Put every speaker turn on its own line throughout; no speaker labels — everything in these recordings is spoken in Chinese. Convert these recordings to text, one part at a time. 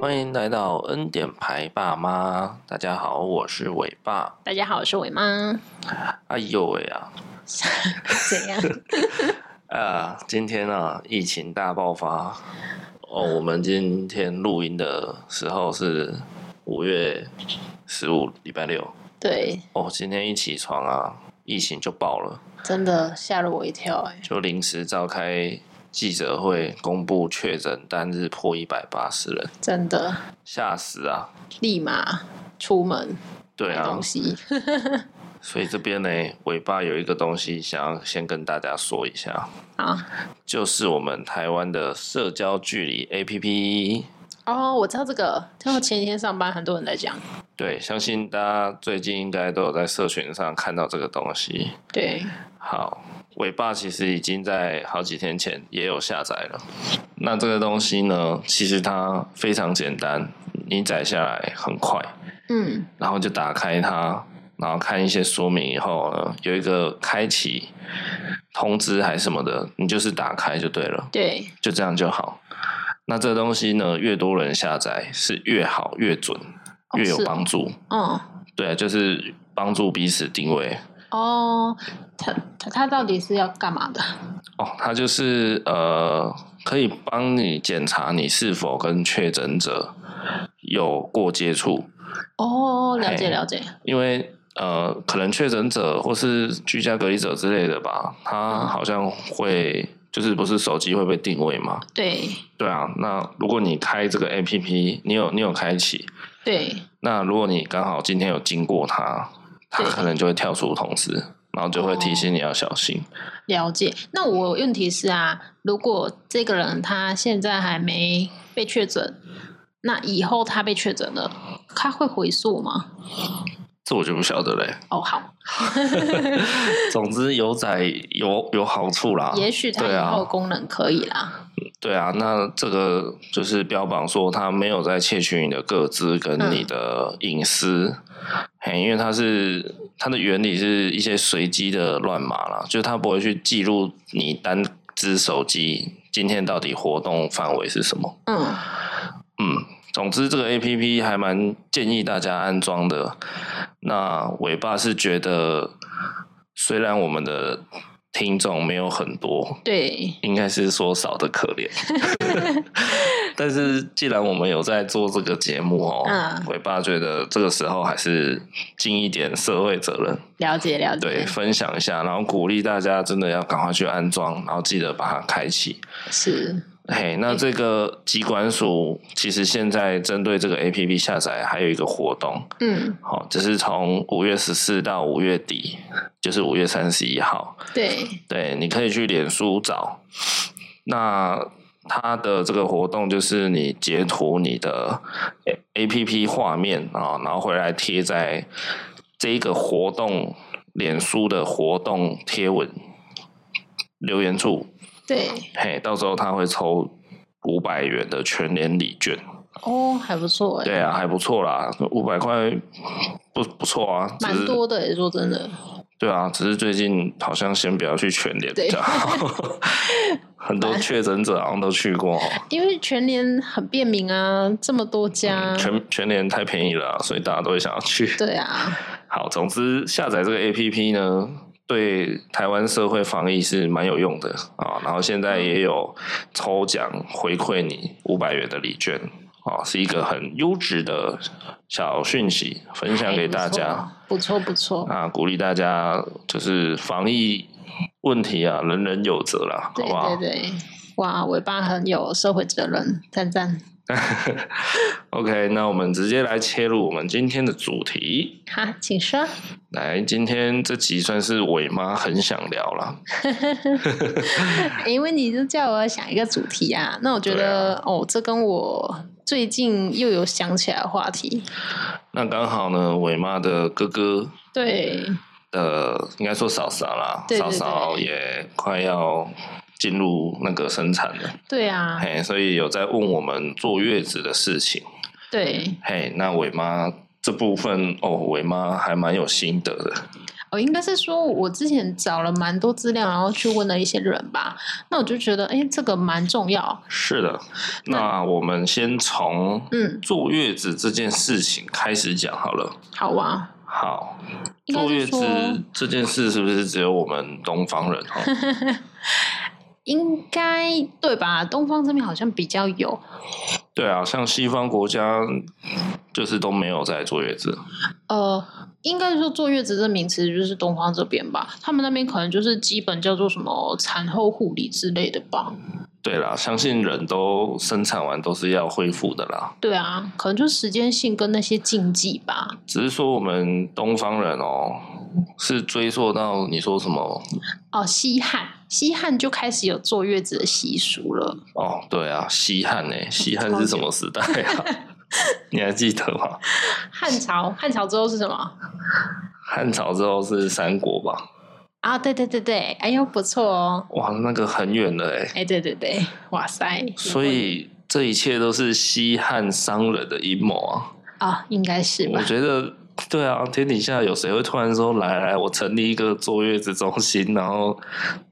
欢迎来到恩典牌爸妈，大家好，我是伟爸。
大家好，我是伟妈。
哎呦喂啊，
怎样？
啊，今天啊，疫情大爆发哦。我们今天录音的时候是五月十五，礼拜六
对，
哦。今天一起床啊，疫情就爆了，
真的吓了我一跳哎、
就临时召开记者会，公布确诊单日破一百八十人，
真的，
吓死啊！
立马出门
对
买
啊
东，西。
所以这边呢，尾巴有一个东西想要先跟大家说一下，
啊，
就是我们台湾的社交距离 APP。
哦，我知道这个，因为我前几天上班，很多人在讲。
对，相信大家最近应该都有在社群上看到这个东西。
对，
好，尾巴其实已经在好几天前也有下载了。那这个东西呢，其实它非常简单，你载下来很快，
嗯，
然后就打开它，然后看一些说明以后呢，有一个开启通知还是什么的，你就是打开就对了，
对，
就这样就好。那这东西呢，越多人下载是越好、越准、
哦
越有
是
帮助。
嗯，
对啊，就是帮助彼此定位。
哦，他他他到底是要干嘛的？
哦，它就是呃，可以帮你检查你是否跟确诊者有过接触，
哦，了解
嘿
了解。
因为呃，可能确诊者或是居家隔离者之类的吧，他好像会就是不是手机会被定位嘛？
对
对啊，那如果你开这个 A P P，你有你有开启，
对，
那如果你刚好今天有经过它，它
对
可能就会跳出通知，然后就会提醒你要小心。
了解。那我问题是啊，如果这个人他现在还没被确诊，那以后他被确诊了，他会回溯吗？
这我就不晓得嘞。
哦，好，
总之有载有有好处啦，
也许他
对
以
啊
后功能可以啦。
对啊，那这个就是标榜说他没有在窃取你的个资跟
嗯
你的隐私，嘿、因为它是它的原理是一些随机的乱码啦，就是它不会去记录你单只手机今天到底活动范围是什么。
嗯，
嗯，总之这个 A P P 还蛮建议大家安装的。那尾巴是觉得，虽然我们的听众没有很多，
对，
应该是说少的可怜，但是既然我们有在做这个节目哦，
嗯
尾巴觉得这个时候还是尽一点社会责任，
了解了
对，
解，
分享一下，然后鼓励大家真的要赶快去安装，然后记得把它开启。
是，
嘿，那这个机关署其实现在针对这个 A P P 下载还有一个活动，
嗯，
好、只是从五月十四到五月底，就是五月三十一号，
对，
对，你可以去脸书找。那它的这个活动就是你截图你的 A P P 画面啊、然后回来贴在这一个活动脸书的活动贴文留言处，
对，
嘿，到时候他会抽五百元的全年礼券，
哦，还不错哎，
对啊，还不错啦，五百块不不错啊，只
蛮
是
多的哎，说真的，
对啊，只是最近好像先不要去全联比
对
较好， 很多确诊者好像都去过哦，
因为全年很便民啊，这么多家，
嗯全全联太便宜了啊、所以大家都会想要去。
对啊，
好，总之下载这个 A P P 呢。对台湾社会防疫是蛮有用的啊，然后现在也有抽奖回馈你五百元的礼券啊，是一个很优质的小讯息，分享给大家
不哎错，不错，不错，
啊，鼓励大家就是防疫问题啊，人人有责啦，好
对
不好
对？对，哇，尾巴很有社会责任，赞赞，
OK，那我们直接来切入我们今天的主题。
哈，请说，
来，今天这集算是伟妈很想聊了，
因为你就叫我想一个主题啊，那我觉得、哦，这跟我最近又有想起来的话题，
那刚好呢，伟妈的哥哥
对，
的应该说嫂嫂啦，
对
嫂
对
嫂也快要进入那个生产了，
对啊，
嘿，所以有在问我们坐月子的事情，
对
嘿，那伟妈这部分哦，伟妈还蛮有心得的，
哦，应该是说我之前找了蛮多资料，然后去问了一些人吧。那我就觉得，哎，这个蛮重要。
是的，那我们先从
嗯，
坐月子这件事情开始讲好了。
好啊，
好，
应该
坐
是
月
说
子这件事是不是只有我们东方人哦？
应该对吧？东方这边好像比较有
对啊，像西方国家就是都没有在坐月子。
呃，应该说坐月子这名词就是东方这边吧，他们那边可能就是基本叫做什么产后护理之类的吧。
对啦，相信人都生产完都是要恢复的啦。
对啊，可能就时间性跟那些禁忌吧。
只是说我们东方人哦，是追溯到你说什么
哦，西汉，西汉就开始有坐月子的习俗了。
哦？对啊，西汉呢、西汉是什么时代啊？ 你还记得吗？
汉朝，汉朝之后是什么？
汉朝之后是三国吧？
啊，对对对对，哎呦，不错哦。
哇，那个很远了哎、
哎，对对对，哇塞！
所以这一切都是西汉商人的阴谋啊！
啊、应该是
我
吧？
觉得，对啊，天底下有谁会突然说来来，我成立一个坐月子中心，然后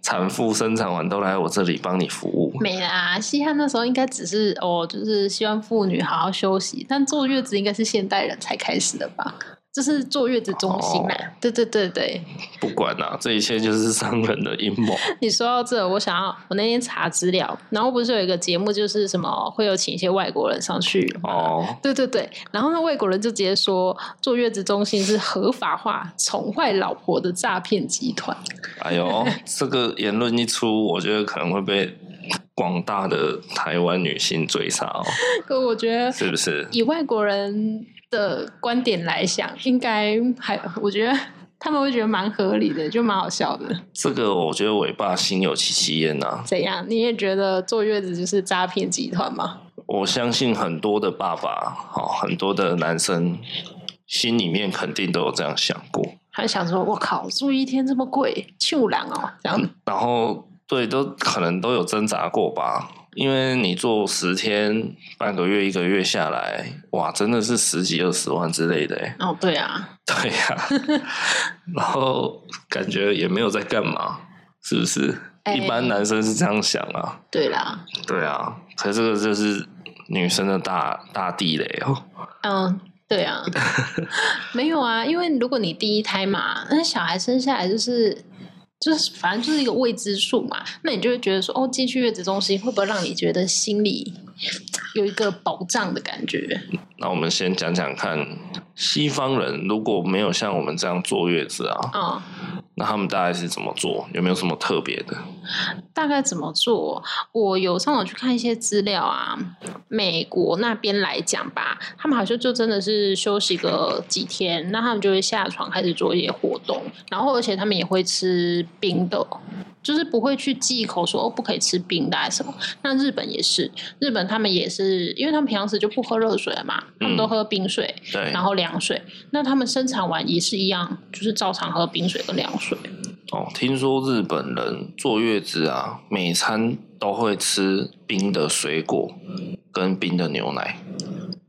产妇生产完都来我这里帮你服务？
没啦，西汉那时候应该只是哦，就是希望妇女好好休息，但坐月子应该是现代人才开始的吧？这是坐月子中心啦、对对对对，
不管啦、这一切就是商人的阴谋。
你说到这，我想要我那天查资料，然后不是有一个节目，就是什么会有请一些外国人上去吗
哦，
对对对，然后那外国人就直接说，坐月子中心是合法化宠坏老婆的诈骗集团。
哎呦，这个言论一出，我觉得可能会被广大的台湾女性追杀哦，
可我觉得
是不是？
以外国人的观点来想，应该还我觉得他们会觉得蛮合理的，就蛮好笑的。
这个我觉得伟爸心有戚戚焉呐、
怎样？你也觉得坐月子就是诈骗集团吗？
我相信很多的爸爸，哦，很多的男生心里面肯定都有这样想过，
还想说，我靠，住一天这么贵，秀郎哦，这样
然后对，都可能都有挣扎过吧。因为你做十天、半个月、一个月下来，哇，真的是十几二十万之类的欸，
哦，对啊，
对呀、然后感觉也没有在干嘛，是不是？
哎
一般男生是这样想啊，
对啦，
对啊，可是这个就是女生的大大地雷哦。
嗯。对啊，没有啊，因为如果你第一胎嘛，那小孩生下来就是就是反正就是一个未知数嘛，那你就会觉得说，哦，进去月子中心会不会让你觉得心里有一个保障的感觉？
那我们先讲讲看，西方人如果没有像我们这样坐月子啊，
嗯，
那他们大概是怎么做？有没有什么特别的？
大概怎么做？我有上网去看一些资料啊。美国那边来讲吧，他们好像就真的是休息个几天，那他们就会下床开始做一些活动，然后而且他们也会吃冰的，就是不会去忌口说哦不可以吃冰的还是什么。那日本也是，日本他们也是，因为他们平常时就不喝热水了嘛，他们都喝冰水，
嗯对
然后凉水。那他们生产完也是一样，就是照常喝冰水跟凉水。
哦，听说日本人坐月子啊，每餐都会吃冰的水果跟冰的牛奶。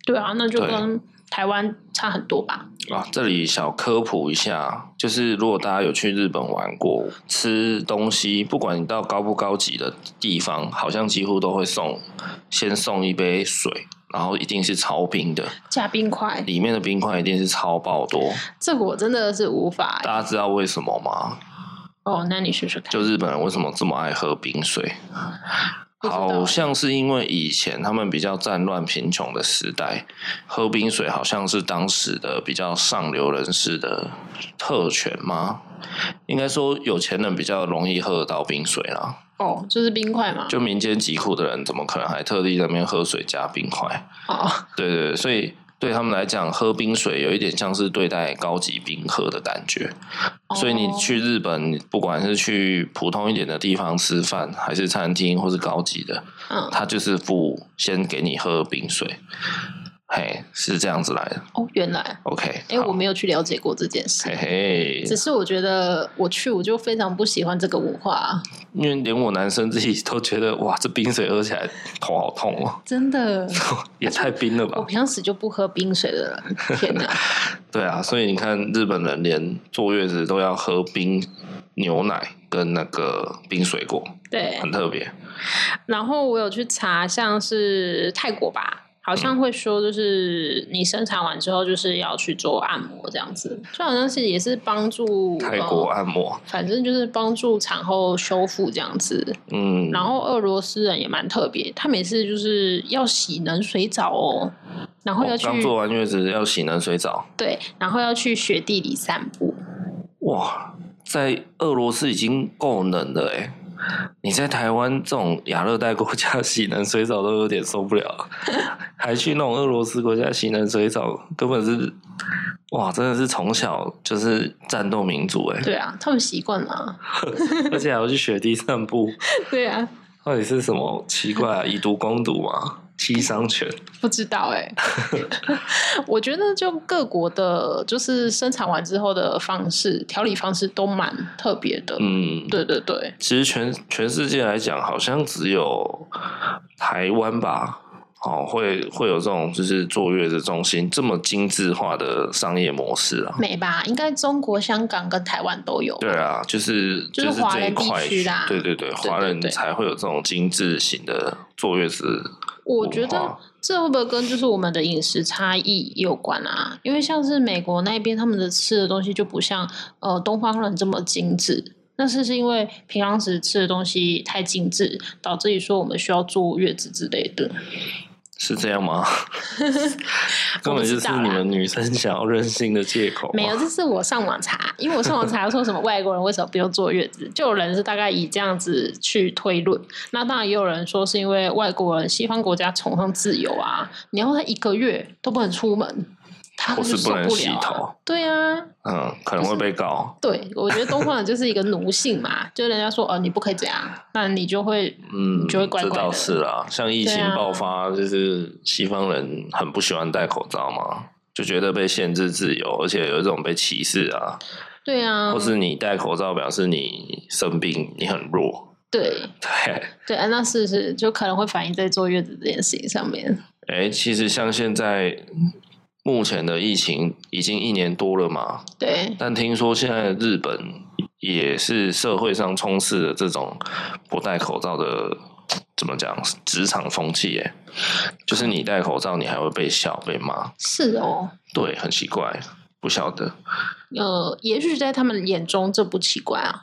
对啊，那就
对
跟台湾差很多吧。
啊，这里小科普一下，就是如果大家有去日本玩过，吃东西，不管你到高不高级的地方，好像几乎都会送，先送一杯水，然后一定是超冰的，
加冰块，
里面的冰块一定是超爆多。
这个我真的是无法欸。
大家知道为什么吗？
哦，那你试试看。
就日本人为什么这么爱喝冰水？
不知道欸
好像是因为以前他们比较战乱贫穷的时代，喝冰水好像是当时的比较上流人士的特权吗？应该说有钱人比较容易喝得到冰水啦，
哦，就是冰块嘛。
就民间疾苦的人怎么可能还特地在那边喝水加冰块？
哦，
对对对，所以对他们来讲，喝冰水有一点像是对待高级宾客的感觉。
哦
所以你去日本，不管是去普通一点的地方吃饭，还是餐厅或是高级的，
嗯，
他就是付先给你喝冰水，嘿，是这样子来的。
哦，原来，
OK，
哎，
好
我没有去了解过这件事
嘿。嘿，
只是我觉得我去，我就非常不喜欢这个文化啊，
因为连我男生自己都觉得哇，这冰水喝起来头好痛哦，
真的。
也太冰了
我
吧？
平常时就不喝冰水的人，天 哪！
对啊，所以你看日本人连坐月子都要喝冰牛奶跟那个冰水果，
对，
很特别。
哦然后我有去查，像是泰国吧，好
嗯
像会说就是你生产完之后就是要去做按摩这样子，就好像是也是帮助
泰国
呃
按摩，
反正就是帮助产后修复这样子。
嗯，
然后俄罗斯人也蛮特别，他每次就是要洗冷水澡哦，然后要
我
去、
刚做完月子要洗冷水澡，
对，然后要去雪地里散步。
哇，在俄罗斯已经够冷了哎、你在台湾这种亚热带国家洗冷水澡都有点受不了，还去那种俄罗斯国家洗冷水澡，根本是哇，真的是从小就是战斗民族哎、
对啊，他们习惯了啊。
而且还要去雪地散步，
对啊，
到底是什么奇怪、啊？以毒攻毒吗？七伤拳，
不知道 哎、 我觉得就各国的，就是生产完之后的方式、调理方式都蛮特别的。
嗯，
对对对，
其实全全世界来讲，好像只有台湾吧，哦，会会有这种就是坐月子中心这么精致化的商业模式啊。
美吧，应该中国、香港跟台湾都有。
对啊，就是
就是
是
华
这一
人地
块
区啦
对对对，
对
华人
对
才会有这种精致型的坐月子。
我觉
文
得
化
这会不会跟就是我们的饮食差异有关啊？因为像是美国那边，他们的吃的东西就不像呃东方人这么精致。那是是因为平常时吃的东西太精致，导致于说我们需要坐月子之类的。
是这样 吗？根本就是你们女生想要任性的借口、啊。
没有，这是我上网查，因为我上网查说什么外国人为什么不用坐月子，就有人是大概以这样子去推论。那当然也有人说是因为外国人西方国家崇尚自由啊，你要他一个月都不能出门，他
或
们
是
就受
不能
不
洗
了、
头
啊。对啊，
嗯，可能会被告。
对，我觉得东方人就是一个奴性嘛，就人家说哦你不可以这样，那你就会
嗯，
你就会乖乖
这
的。啊
倒是啦，像疫情爆发，就是西方人很不喜欢戴口罩嘛，就觉得被限制自由，而且有一种被歧视啊，
对啊
或，是你戴口罩表示你生病，你很弱。
对
对，
对，啊那是是就可能会反映在坐月子这件事情上面。
哎，其实像现在目前的疫情已经一年多了嘛，
对，
但听说现在日本也是社会上充斥着这种不戴口罩的，怎么讲职场风气？耶，就是你戴口罩，你还会被笑被骂，
是哦，
对，很奇怪，不晓得。
呃，也许在他们眼中这不奇怪啊，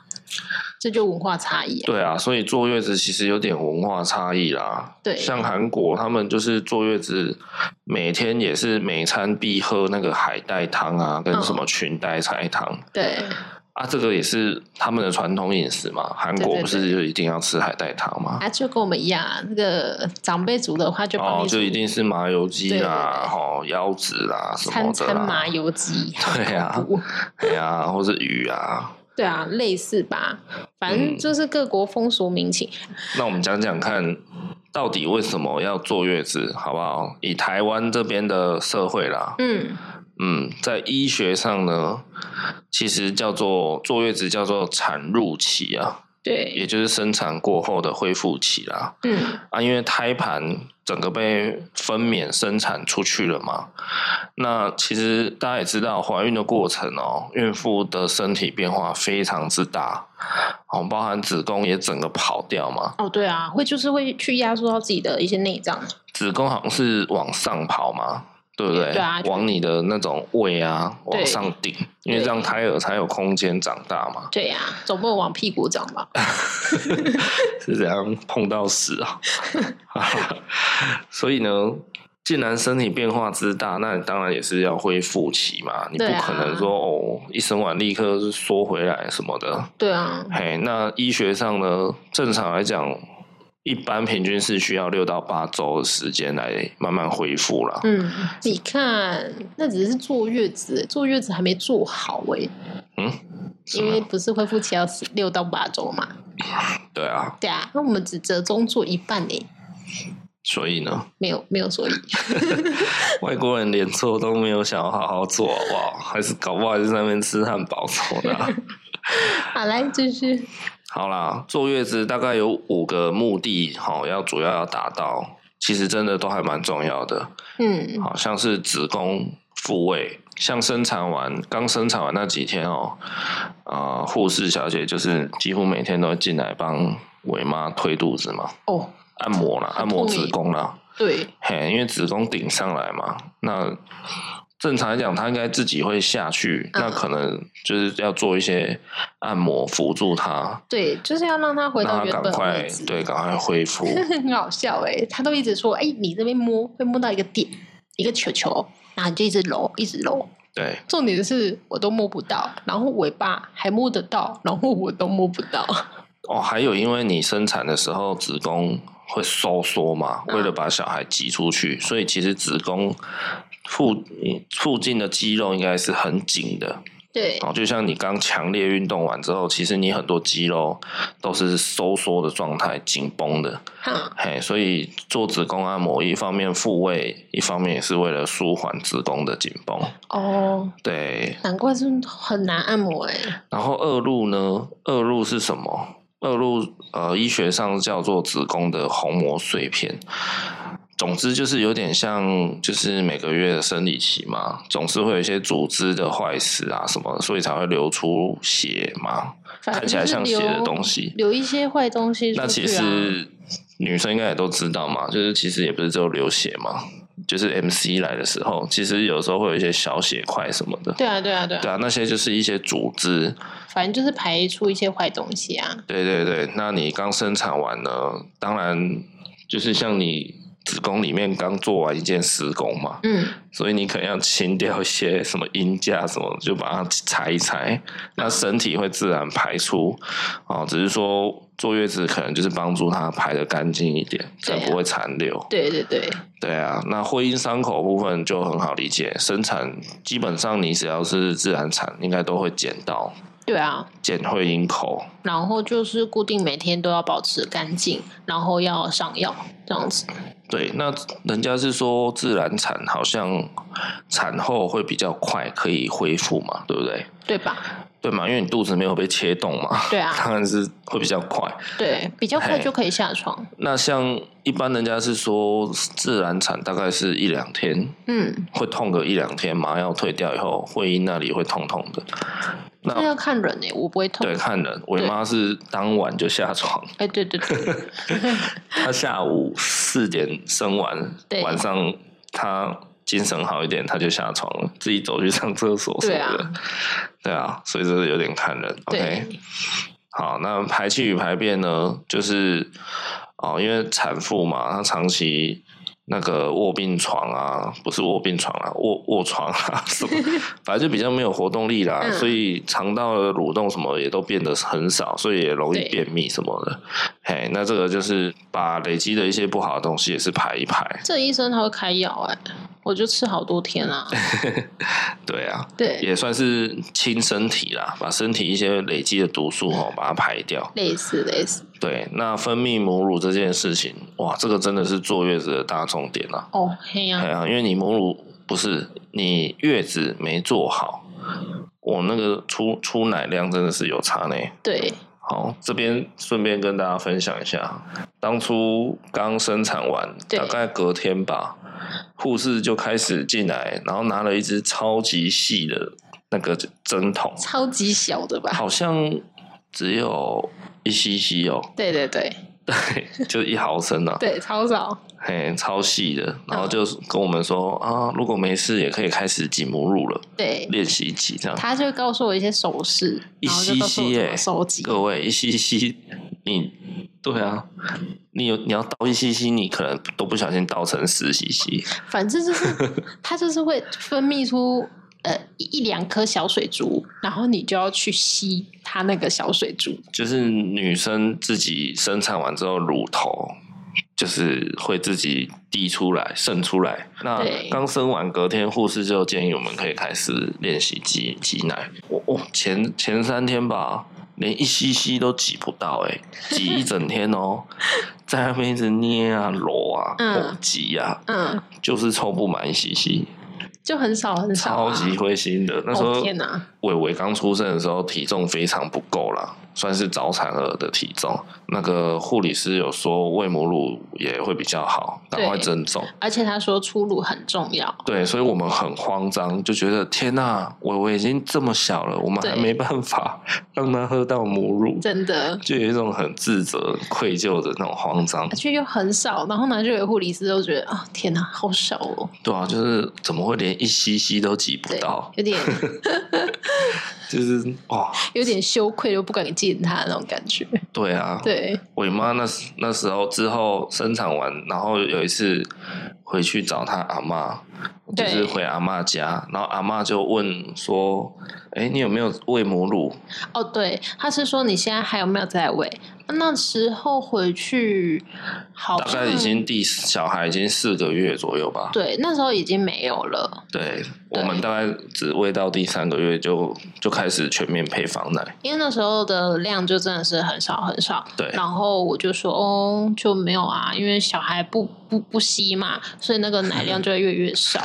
这就文化差异、啊。
对啊，所以坐月子其实有点文化差异啦。
对
像韩国他们就是坐月子，每天也是每餐必喝那个海带汤啊，跟
嗯
什么裙带菜汤。
对
啊，这个也是他们的传统饮食嘛。韩
对
国
对
不是就一定要吃海带汤吗？
啊，就跟我们一样啊，那个长辈煮的话就帮
哦，
你煮
就一定是麻油鸡啦，吼腰子啦什么
餐
的
餐
啦
麻，油鸡，
啊 对啊
很恐怖
对啊，或是鱼啊。
对啊，类似吧，反
嗯
正就是各国风俗民情。
那我们讲讲看，到底为什么要坐月子，好不好？以台湾这边的社会啦，
嗯，
嗯，在医学上呢，其实叫做坐月子叫做产褥期啊，也
对，
就是生产过后的恢复期啦。
嗯，
啊，因为胎盘整个被分娩生产出去了嘛。那其实大家也知道，怀孕的过程哦，孕妇的身体变化非常之大，哦，包含子宫也整个跑掉嘛。
哦，对啊，会就是会去压缩到自己的一些内脏。
子宫好像是往上跑嘛，对不对？
对啊
往你的那种胃啊
对
往上顶，因为
对
这样胎儿才有空间长大嘛。
对呀、总不能往屁股长吧？
是怎样碰到死啊？ 所以呢，既然身体变化之大，那你当然也是要恢复期嘛，你不
对啊
可能说、哦一生完立刻是缩回来什么的。
对啊，
嘿，那医学上呢，正常来讲，一般平均是需要六到八周的时间来慢慢恢复啦。
嗯，你看，那只是坐月子，欸坐月子还没做好哎、
嗯，
因为不是恢复期要十六到八周嘛？
对啊，
对啊，那我们只折中做一半呢、
所以呢，
欸没有没有所以，
外国人连做都没有想要好好做，好不好？还是搞不好还是在那边吃汉堡什么的啊、
好来继续。
好啦，坐月子大概有五个目的，好、要主要要达到，其实真的都还蛮重要的。
嗯，
好像是子宫复位，像生产完刚生产完那几天哦，啊、护士小姐就是几乎每天都会进来帮伟妈推肚子嘛，
哦，
按摩啦，按摩
痛耶
子宫啦，
对，
嘿，因为子宫顶上来嘛，那正常来讲，她应该自己会下去，
嗯
那可能就是要做一些按摩辅助她，
对，就是要让他回到
让她
原
赶
本
快
位置。
对赶快恢复。
很好笑哎、他都一直说，哎、你这边摸会摸到一个点，一个球球，然后你就一直揉，一直揉。
对，
重点是我都摸不到，然后尾巴还摸得到，然后我都摸不到。
哦，还有因为你生产的时候子宫会收缩嘛，
嗯
为了把小孩挤出去，所以其实子宫附附近的肌肉应该是很紧的。
对
哦，就像你刚强烈运动完之后，其实你很多肌肉都是收缩的状态，紧绷的。
哈，
嘿，所以做子宫按摩，一方面复位，一方面也是为了舒缓子宫的紧绷。
哦，
对，
难怪真的很难按摩哎、
然后恶露呢？恶露是什么？恶露呃，医学上叫做子宫的虹膜碎片。总之就是有点像，就是每个月的生理期嘛，总是会有一些组织的坏死啊什么的，所以才会流出血嘛，
反正
看起来
就是
像血的
留
东西。
留一些坏东西出去、啊。
那其实女生应该也都知道嘛，就是其实也不是只有流血嘛，就是 MC 来的时候，其实有时候会有一些小血块什么的。
对啊，对啊，对啊，
对啊，那些就是一些组织，
反正就是排出一些坏东西啊。
对对对，那你刚生产完呢，当然就是像你子宫里面刚做完一件施工嘛，
嗯，
所以你可能要清掉一些什么阴架什么，就把它裁一裁，那身体会自然排出哦。只是说坐月子可能就是帮助它排的干净一点，才
对啊
不会残留。
对对对，
对啊，那会阴伤口部分就很好理解，生产基本上你只要是自然产，应该都会剪到
对啊。
剪会阴口。
然后就是固定每天都要保持干净，然后要上药这样子。
对，那人家是说自然产好像产后会比较快可以恢复嘛，对不对？
对吧？
对嘛，因为你肚子没有被切动嘛，
对啊
当然是会比较快。
对，比较快
嘿
就可以下床。
那像一般人家是说自然产大概是一两天，
嗯，
会痛个一两天，麻药退掉以后，会阴那里会痛痛的。
这
那
要看人诶、我不会痛
对，。看人，我妈是当晚就下床，
哎，对 对对，
她下午四点生完
对，
晚上她精神好一点，她就下床了，自己走去上厕所什么
对啊
的。对啊，所以这是有点看人。OK，
对
好，那排气与排便呢，就是哦，因为产妇嘛，她长期那个卧病床啊，不是卧病床啊，卧卧床啊，什么，反正就比较没有活动力啦，
嗯
所以肠道的蠕动什么也都变得很少，所以也容易
对
便秘什么的。嘿，那这个就是把累积的一些不好的东西也是排一排，
这医生他会开药哎、我就吃好多 天啊。
对啊。
对，
也算是清身体啦，把身体一些累积的毒素哦，把它排掉。
类似类似。
对，那分泌母乳这件事情，哇，这个真的是坐月子的大重点啊！
哦，嘿呀、
哎呀、因为你母乳不是你月子没做好，我那个出出奶量真的是有差呢。
对，
好，这边顺便跟大家分享一下，当初刚生产完，
对
大概隔天吧，护士就开始进来，然后拿了一支超级细的那个针筒，
超级小的吧？
好像只有一 cc 哦，
对对对
对，就一毫升啊，
对，超少。
嘿，超细的，然后就跟我们说啊，如果没事也可以开始挤母乳了，
对，
练习挤这样。
他就告诉我一些手势，
一
然后就告诉我
cc
怎
耶、哦
么收集。
各位一 cc，你对啊，你有你要倒一 cc，你可能都不小心倒成十 cc，
反正就是 它就是会分泌出呃一一两颗小水珠，然后你就要去吸它那个小水珠。
就是女生自己生产完之后乳头。就是会自己滴出来、渗出来。那
对
刚生完隔天，护士就建议我们可以开始练习挤挤奶。我、我前前三天吧，连一 cc 都挤不到、欸，哎，挤一整天哦、 在那边一直捏啊、揉啊、
嗯
搏击啊，
嗯，
就是抽不满一洗洗，
就很少很 少、
超
啊，
级灰心的。那时
哦
候
天哪，
伟伟刚出生的时候，体重非常不够啦，算是早产儿的体重。那个护理师有说喂母乳也会比较好，赶快
对
增重。
而且他说出乳很重要，
对，所以我们很慌张，就觉得天呐、伟伟已经这么小了，我们还
对
没办法让他喝到母乳，
真的。
就有一种很自责、愧疚的那种慌张
而。且又很少，然后呢，就有护理师都觉得啊、天哪，好少哦，
对啊，就是怎么会连一吸吸都挤不
对
到，？
有点
就是哇，
有点羞愧，又不敢见他那种感觉。
对啊，
对，
伟妈那时那时候之后生产完，然后有一次回去找她阿妈，就
对
是回阿妈家，然后阿妈就问说：“哎、你有没有喂母乳
哦，对，他是说你现在还有没有在喂？那时候回去？”好
大
像
概已经第小孩已经四个月左右吧。
对，那时候已经没有了，
对，
对
我们大概只喂到第三个月就就开始全面配方奶。
因为那时候的量就真的是很少很少。
对
然后我就说哦，就没有啊，因为小孩不不不吸嘛，所以那个奶量就会越来越 少。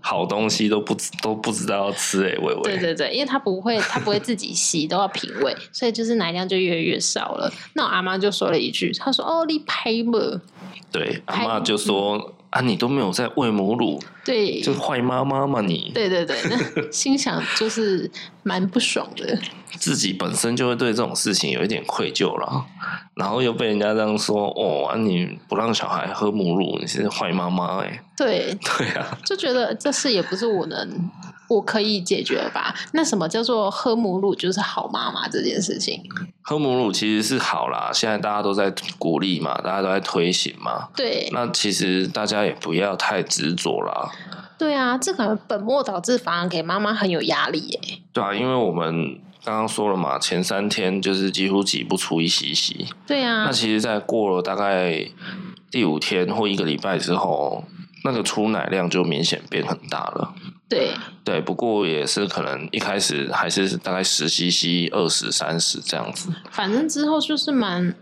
好东西都不知都不知道要吃哎、欸，伟伟。
对对对，因为他不会，他不会自己吸，都要品味，所以就是奶量就越来越少了。那我阿妈就说了一句，她说：“哦，你拍吧。
对阿
还嗯
妈就说：“啊，你都没有在喂母乳，”
对，
就坏妈妈嘛你。”
对对对，那心想就是蛮不爽的。
自己本身就会对这种事情有一点愧疚了，然后又被人家这样说，哦，啊、你不让小孩喝母乳，你是坏妈妈哎，
对，
对啊，
就觉得这事也不是我能我可以解决的吧？那什么叫做喝母乳就是好妈妈这件事情？
喝母乳其实是好啦，现在大家都在鼓励嘛，大家都在推行嘛，
对
那其实大家也不要太执着啦，
对啊，这个本末倒置反而给妈妈很有压力耶、
对啊，因为我们刚刚说了嘛，前三天就是几乎挤不出一吸吸，
对啊
那，其实，在过了大概第五天或一个礼拜之后，那个出奶量就明显变很大了。
对
对，不过也是可能一开始还是大概十 CC、二十、三十这样子。
反正之后就是蛮，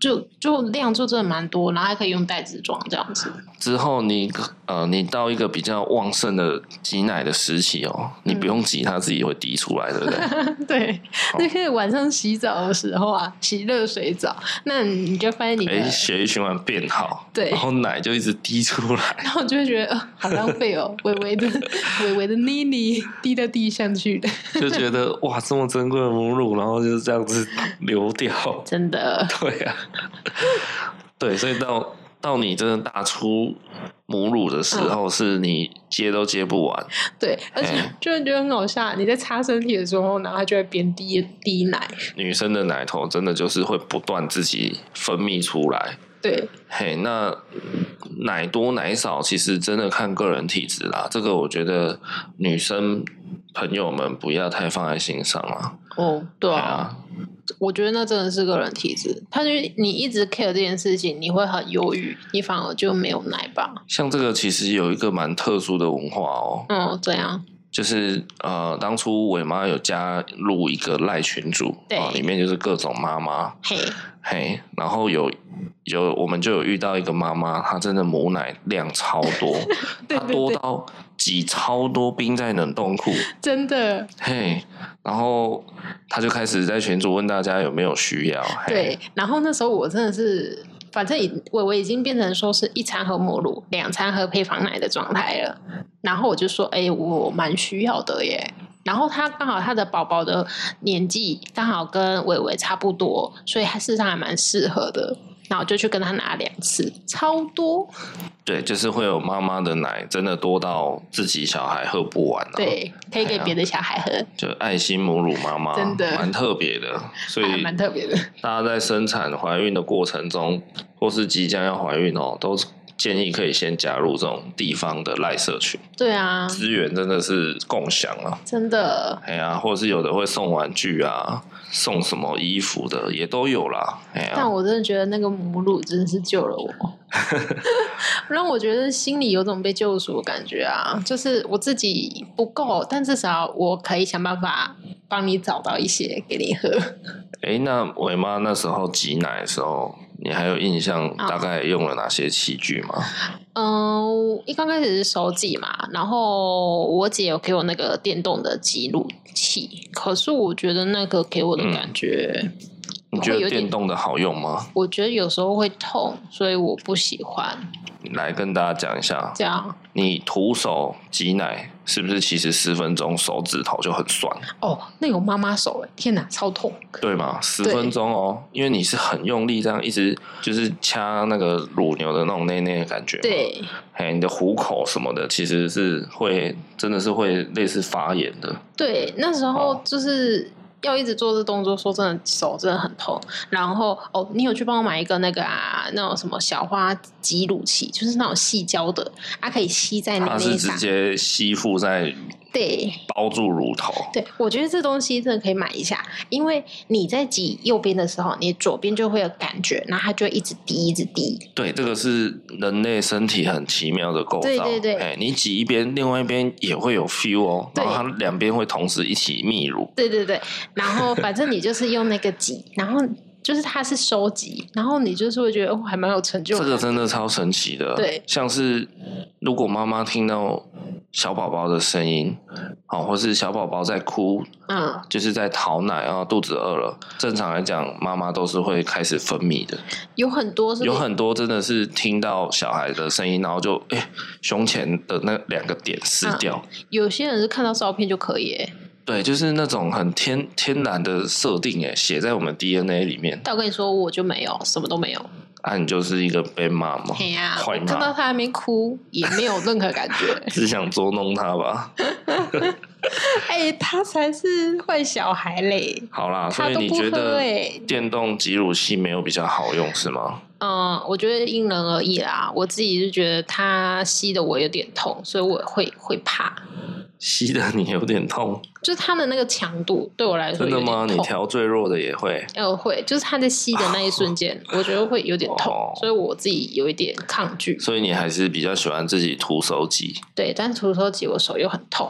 就就量就真的蛮多，然后还可以用袋子装这样子。
之后你呃，你到一个比较旺盛的挤奶的时期哦，你不用挤，它自己会滴出来，对哎不对？
对，那个晚上洗澡的时候啊，洗热水澡，那你就发现你的，
哎，血液循环变好，
对
然后奶就一直滴出来。
然后就会觉得、呃、好浪费哦，微微的微微的妮妮滴到地上去的，
就觉得哇，这么珍贵的母乳，然后就是这样子流掉。
真的。
对啊， 对，所以到到你真的大出母乳的时候，是你接都接不完。
对，而且
哎
就会觉得很好笑。啊你在擦身体的时候，然后它就会边滴滴奶，
女生的奶头真的就是会不断自己分泌出来。
对
嘿，那奶多奶少其实真的看个人体质啦，这个我觉得女生朋友们不要太放在心上啦。
哦，对
对
啊，
啊，
我觉得那真的是个人体质。他就你一直 care 这件事情，你会很忧郁，你反而就没有奶吧？
像这个其实有一个蛮特殊的文化哦，
嗯，这样
就是呃，当初伟妈有加入一个赖群组，
对
啊里面就是各种妈妈，
嘿，
嘿，然后有有我们就有遇到一个妈妈，她真的母奶量超多，
对
她
对
多
对
到挤超多冰在冷冻库，
真的
嘿，然后她就开始在群组问大家有没有需要，嘿
对。然后那时候我真的是，反正已我我已经变成说是一餐喝母乳，两餐喝配方奶的状态了。然后我就说，哎、我蛮需要的耶。然后他刚好他的宝宝的年纪刚好跟伟伟差不多，所以他事实上还蛮适合的。然后我就去跟他拿两次，超多，
对，就是会有妈妈的奶真的多到自己小孩喝不完、啊，，
对，可以给别的小孩喝，
就爱心母乳妈妈，
真的
蛮特别 的，所
还
以
蛮特别的。
大家在生产、怀孕的过程中，或是即将要怀孕哦，都建议可以先加入这种地方的赖社群，
对啊，
资源真的是共享啊。
真的，
哎呀，或者是有的会送玩具啊，送什么衣服的也都有啦。哎呀
但，我真的觉得那个母乳真的是救了我，让我觉得心里有种被救赎的感觉啊！就是我自己不够，但至少我可以想办法帮你找到一些给你喝。
哎，那伟妈那时候挤奶的时候，你还有印象
啊
大概用了哪些器具吗？
嗯，一刚开始是手机嘛，然后我姐有给我那个电动的记录器，可是我觉得那个给我的感觉，
你觉得电动的好用吗？
我觉得有时候会痛，所以我不喜欢
来跟大家讲一下，
这样。
你徒手挤奶是不是其实十分钟手指头就很酸，
哦，那有妈妈手哎、天哪，超痛！
对吗？十分钟哦，因为你是很用力这样一直就是掐那个乳牛的那种内内的感觉，，
对，
哎，你的虎口什么的其实是会真的是会类似发炎的，
对，那时候
哦
就是要一直做这动作，说真的，手真的很痛。然后哦，你有去帮我买一个那个啊，那种什么小花挤乳器，就是那种细胶的，它可以吸在你
它
那
是
上
直。接吸附在
对
包住乳头，
对，我觉得这东西真的可以买一下，因为你在挤右边的时候，你左边就会有感觉，然后它就会一直滴，一直滴。
对，这个是人类身体很奇妙的构造。
对对对
哎，你挤一边，另外一边也会有 feel 哦，
对
然后它两边会同时一起泌乳。
对对对，然后反正你就是用那个挤，然后就是它是收集，然后你就是会觉得哦，还蛮有成就
这
感。
个真的超神奇的，
对
像是如果妈妈听到小宝宝的声音，哦，或是小宝宝在哭，
嗯，
就是在讨奶啊，肚子饿了，正常来讲，妈妈都是会开始分泌的。
有很多是
有
不是
很多真的是听到小孩的声音，然后就哎、胸前的那两个点撕
嗯
掉，
有些人是看到照片就可以耶、
对，就是那种很天天然的设定，哎，写在我们 DNA 里面。
但我跟你说，我就没有，什么都没有。
啊，你就是一个被骂嘛，
哎呀、我
坏
看到
骂，。
他还没哭，也没有任何感觉
只想捉弄他吧。
哎、他才是坏小孩嘞。
好啦，
他
所
都
以你
不
觉
喝
得
欸
电动挤乳器没有比较好用是吗？
嗯，我觉得因人而异啦。我自己是觉得它吸的我有点痛，所以我会会怕。
吸的你有点痛，
就是它的那个强度对我来说
真的
有点
吗？
痛。
你调最弱的也会。
呃，会，就是它在吸的那一瞬间，我觉得会有点痛，
啊哦
所以我自己有一点抗拒。
所以你还是比较喜欢自己徒手挤，
对，但是徒手挤我手又很 痛，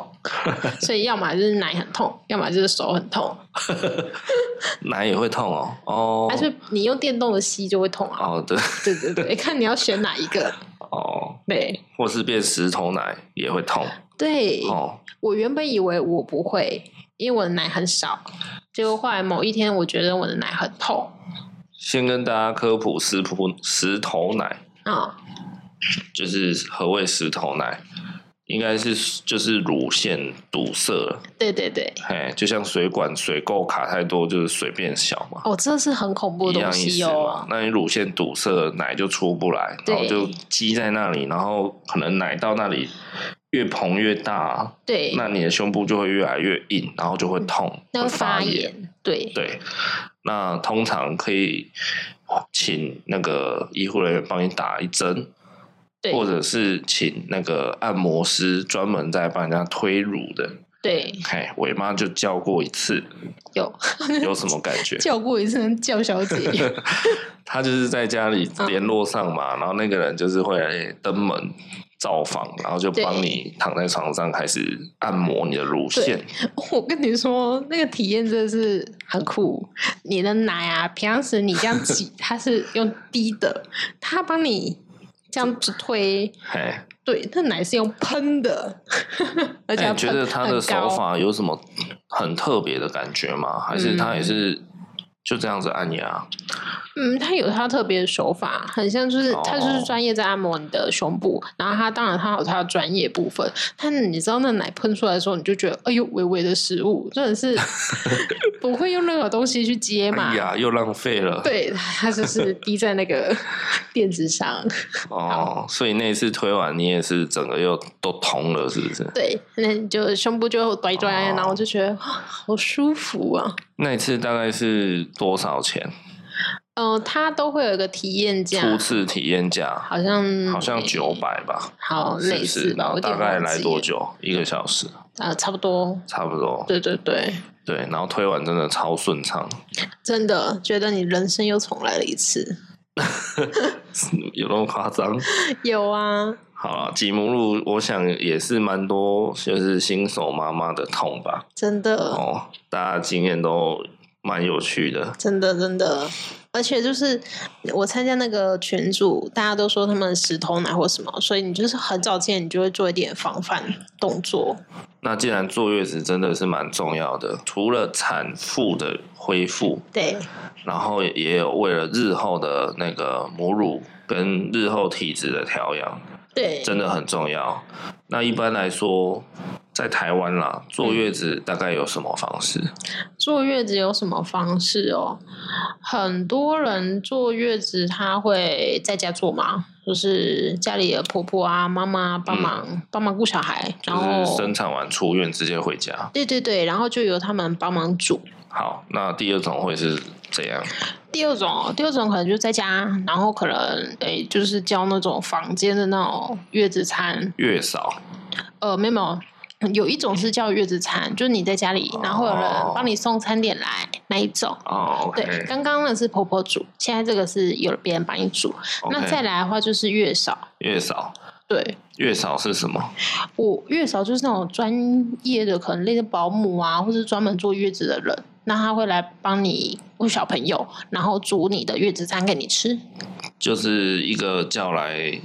所以要么就是奶很痛，要么就是手很痛。
哦奶也会痛哦。哦，
但是啊你用电动的吸就会痛啊。
哦，对，
对对 对，看你要选哪一个。
哦，
对
或是变石头奶也会痛
对，
哦。
我原本以为我不会，因为我的奶很少。结果后来某一天，我觉得我的奶很痛
先跟大家科普石普石头奶，
啊、
就是何谓石头奶，应该是就是乳腺堵塞了，
对对对，
嘿，就像水管水垢卡太多，就是水变小嘛。
哦，这是很恐怖
一
的
样
东
意
西
思嘛
哦，。
那你乳腺堵塞，奶就出不来，然后
对
就积在那里，然后可能奶到那里越膨越大，
对，
那你的胸部就会越来越硬，然后就会痛，
嗯那
会
会发
炎。
炎。对
对，那通常可以请那个医护人员帮你打一针，
对
或者是请那个按摩师专门在帮人家推乳的。
对，
嘿，伟妈就叫过一次，
有
有什么感觉？
叫过一声叫小姐，
她就是在家里
嗯
联络上嘛，然后那个人就是会来登门造访，然后就
对
帮你躺在床上开始按摩你的乳腺。
我跟你说，那个体验真的是很酷。你的奶啊，平常时你这样挤，它是用滴的，它帮你这样子推，
嘿，
对，那奶是用喷的， 而
那
且要
哎你觉
喷
得他
很
的手
高
法哦有什么很特别的感觉吗？还是他也是就这样子按压？
嗯，他有他特别的手法，很像就是他就是
哦
专业在按摩你的胸部，然后他当然他有他的专业部分，但你知道那奶喷出来的时候，你就觉得哎呦微微的食物真的 是不会用任何东西去接嘛
哎，呀，又浪费了
对，他 就是滴在那个 垫子上，
哦！所以那一次推完，你也是整个又都通了，是不是？
对，那你就胸部就拽一拽，
哦
然后就觉得啊好舒服啊。
那一次大概是多少钱？
嗯、呃，他都会有一个体验价，
初次体验价
好像
好像九，百吧，
好
是
嗯哦类
不
似
是？
吧，
然后
我有点
大概
忘
来
记
多
了？
久？一个小时，
啊、差不多。
差不多。
对对对，
对，然后推完真的超顺畅，
真的觉得你人生又重来了一次。
有那么夸张？
有啊，
好了，挤母乳，我想也是蛮多，就是新手妈妈的痛吧。哦
真的，
哦，大家经验都蛮有趣的。
真的真的，而且就是我参加那个群组，大家都说他们石头奶或什么，所以你就是很早之前你就会做一点防范动作。
那既然坐月子真的是蛮重要的，除了产妇的恢复，
对，
然后也有为了日后的那个母乳跟日后体质的调养，
对，
真的很重要。那一般来说，在台湾啦，坐月子大概有什么方式？
坐月子有什么方式哦？很多人坐月子他会在家做嘛，就是家里的婆婆啊、妈妈帮忙、帮忙顾小孩，
嗯就
然后
是生产完出院直接回家。
对对对，然后就由他们帮忙煮。
好，那第二种会是怎样？
第二种哦，第二种可能就在家，然后可能诶，就是叫那种房间的那种月子餐，
月嫂，
呃，没有没有。有一种是叫月子餐，就是你在家里，然后有人帮你送餐点来那一种。
哦
对，
，OK，
刚刚那是婆婆煮，现在这个是有别人帮你煮。那
OK
再来的话就是月嫂，
月嫂，
对
月嫂是什么？
我月嫂就是那种专业的，可能类似保姆啊，或是专门坐月子的人，那他会来帮你顾小朋友，然后煮你的月子餐给你吃。
就是一个叫来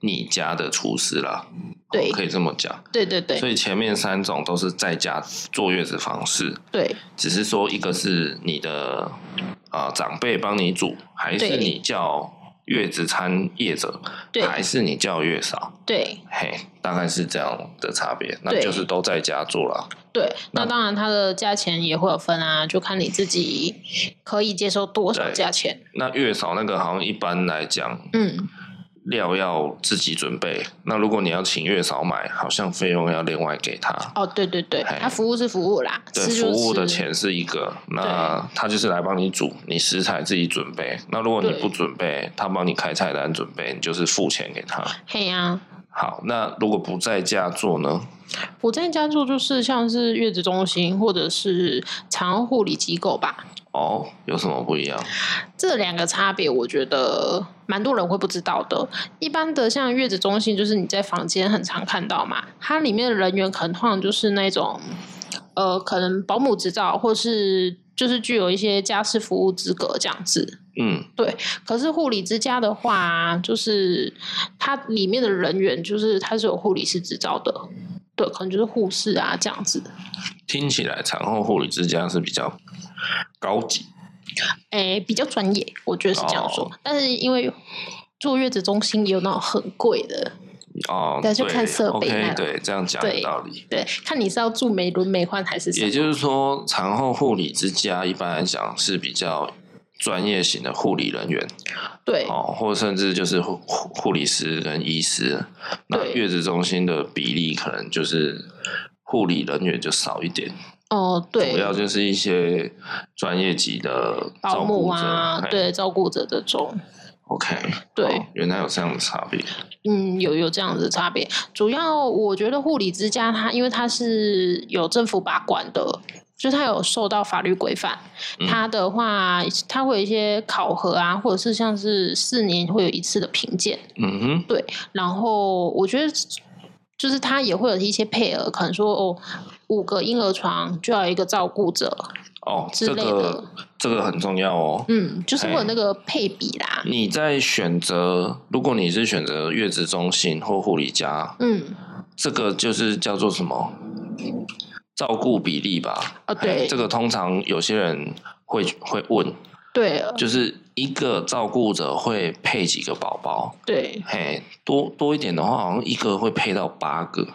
你家的厨师啦，
对
可以这么讲。
对对对
所以前面三种都是在家坐月子方式，
对
只是说一个是你的啊、呃长辈帮你煮，还是
对
你叫月子餐业者，
对
还是你叫月嫂，
对
嘿，大概是这样的差别。那
对
就是都在家做了，
对，那
那
当然它的价钱也会有分啊，就看你自己可以接受多少
对
价钱。
那月嫂那个好像一般来讲
嗯，
料要自己准备，那如果你要请月嫂买，好像费用要另外给他。
哦，对对对，
嘿
它服务是服务啦，
对，
吃就
服务的
吃
钱是一个，那他就是来帮你煮，你食材自己准备。那如果你
对
不准备，他帮你开菜单准备，你就是付钱给他。
嘿呀、
好，那如果不在家做呢？
我在家做就是像是月子中心或者是产后护理机构吧，
哦，有什么不一样？
这两个差别我觉得蛮多人会不知道的。一般的像月子中心，就是你在房间很常看到嘛，它里面的人员可能通常就是那种呃，可能保姆执照或是。就是具有一些家事服务资格这样子，
嗯，
可是护理之家的话，就是它里面的人员就是它是有护理师执照的，对，可能就是护士啊这样子。
听起来产后护理之家是比较高级，
诶，比较专业，我觉得是这样说。但是因为坐月子中心也有那种很贵的，
哦，
对就看设备
OK，
那
对，这样讲有
对
道理。
对，看你是要住美轮美奂还是什
也
么。
就是说，产后护理之家一般来讲是比较专业型的护理人员
对，
哦，或甚至就是护护护理师跟医师。那
对
月子中心的比例可能就是护理人员就少一点，
哦，
主
对，
要就是一些专业级的
保
照顾
姆
者
啊，
嘿
对，照顾者这种，
OK，
对
哦，原来有这样的差别。
嗯，有有这样子的差别。主要我觉得护理之家它，因为它是有政府把管的。就是它有受到法律规范，
嗯
它的话，它会有一些考核啊，或者是像是四年会有一次的评鉴，
嗯哼，
然后我觉得就是他也会有一些配额，可能说哦，五个婴儿床就要有一个照顾者，
哦，
之
这
类
个
的
这个很重要哦。
嗯，就是会有
哎
那个配比啦，
你在选择，如果你是选择月子中心或护理家，
嗯，
这个就是叫做什么照顾比例吧？嘿
啊对
这个通常有些人会会问，
对啊
就是一个照顾者会配几个宝宝？
对
嘿，多多一点的话，好像一个会配到八个，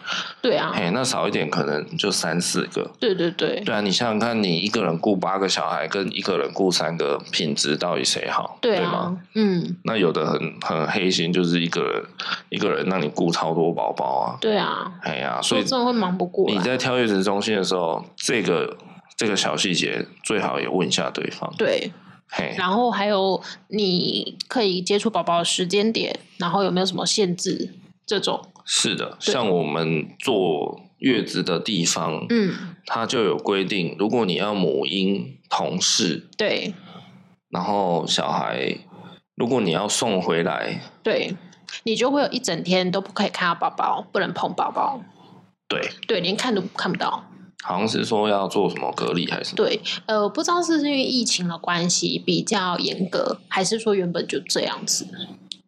对啊，
嘿，那少一点可能就三四个。
对对对
对啊，你想想看，你一个人雇八个小孩，跟一个人雇三个，品质到底谁好？
对
吗？
啊，嗯，
那有的很很黑心，就是一个人一个人让你雇超多宝宝啊，
对啊，
哎呀、所
说
以
真的会忙不过
你
来，
在挑月子中心的时候，这个这个小细节最好也问一下对方。
对，
嘿，
然后还有你可以接触宝宝的时间点，然后有没有什么限制这种，
是的，
对
像我们坐月子的地方，
嗯，
它就有规定，如果你要母婴同事，
对
然后小孩，如果你要送回来，
对。你就会有一整天都不可以看到宝宝，不能碰宝宝，
对，
对，连看都看不到。
好像是说要做什么隔离还是什么？
对，呃，不知道是因为疫情的关系比较严格，还是说原本就这样子？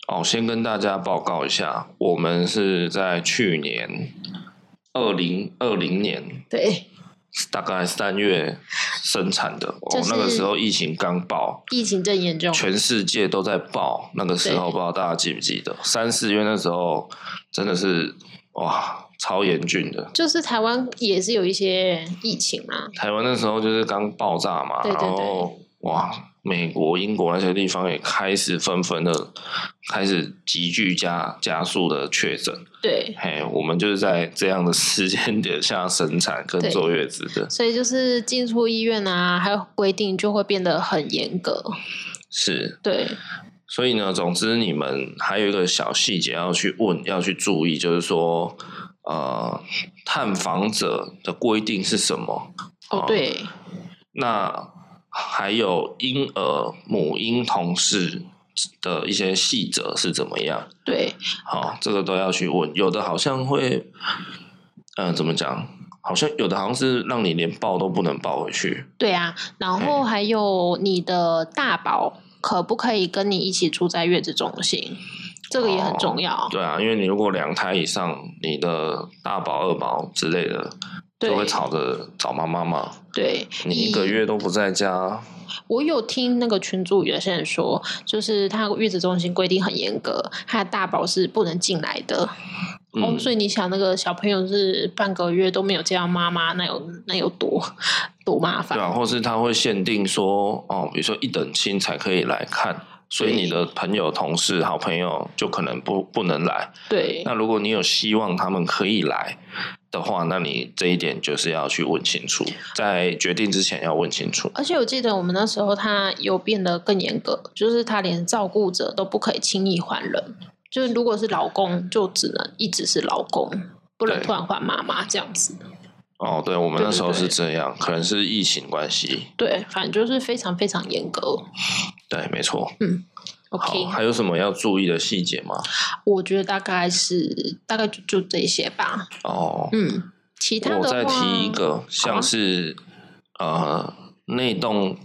哦，先跟大家报告一下，我们是在去年二零二零年
对，
大概三月生产的，
就
哦
是，哦
那个时候疫情刚爆，
疫情正严重，
全世界都在爆，那个时候
对
不知道大家记不记得，三四月那时候真的是哇，超严峻的。
就是台湾也是有一些疫情啊，
台湾那时候就是刚爆炸嘛，
对对对
然后哇，美国、英国那些地方也开始纷纷的开始急剧加加速的确诊，
对，
嘿，我们就是在这样的时间点下生产跟
对
坐月子的，
所以就是进出医院啊，还有规定就会变得很严格，
是。
对，
所以呢，总之你们还有一个小细节要去问，要去注意，就是说，呃，探访者的规定是什么？
哦
哦
对，
那还有婴儿、母婴同事的一些细则是怎么样？
对，
好，这个都要去问。有的好像会，嗯、怎么讲？好像有的好像是让你连抱都不能抱回去。
对啊，然后
嗯
还有你的大宝可不可以跟你一起住在月子中心？这个也很重要，
对啊，因为你如果两胎以上，你的大宝、二宝之类的
对
就会吵着找妈妈嘛。
对，
你一个月都不在家，
我有听那个群主有些人说，就是他月子中心规定很严格，他的大宝是不能进来的。
嗯
哦，，所以你想，那个小朋友是半个月都没有见到妈妈，那有那有多多麻烦？
对啊，或是他会限定说，哦，比如说一等亲才可以来看，所以
对
你的朋友、同事、好朋友就可能不不能来。
对
那如果你有希望他们可以来的话，那你这一点就是要去问清楚，在决定之前要问清楚。
而且我记得我们那时候他有变得更严格，就是他连照顾者都不可以轻易换人，就是如果是老公，就只能一直是老公，不能
对
突然换妈妈这样子。
哦，对，我们
对
那时候
对
是
对
这样，可能是疫情关系。
对，反正就是非常非常严格。
对，没错。好，
OK，
还有什么要注意的细节吗？
我觉得大概是大概就就这些吧。
哦，
嗯，其他的
我
话
再提一个，像是、呃那栋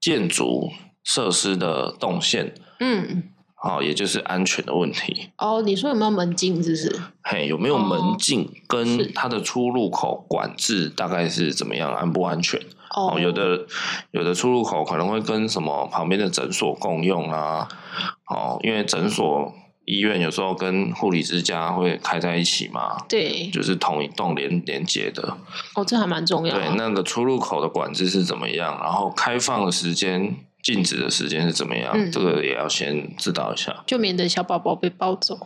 建筑设施的动线，
嗯，
好、也就是安全的问题。
哦，你说有没有门禁？是不是？
嘿，有没有
哦
门禁
是
跟它的出入口管制大概是怎么样，安不安全？
哦，
哦，有的有的出入口可能会跟什么旁边的诊所共用啊，哦，因为诊所、医院有时候跟护理之家会开在一起嘛，
对，
就是同一栋连连接的。
哦，这还蛮重要的。
对，那个出入口的管制是怎么样，然后开放的时间、禁止的时间是怎么样，
嗯
这个也要先知道一下。
就免得小宝宝被抱走。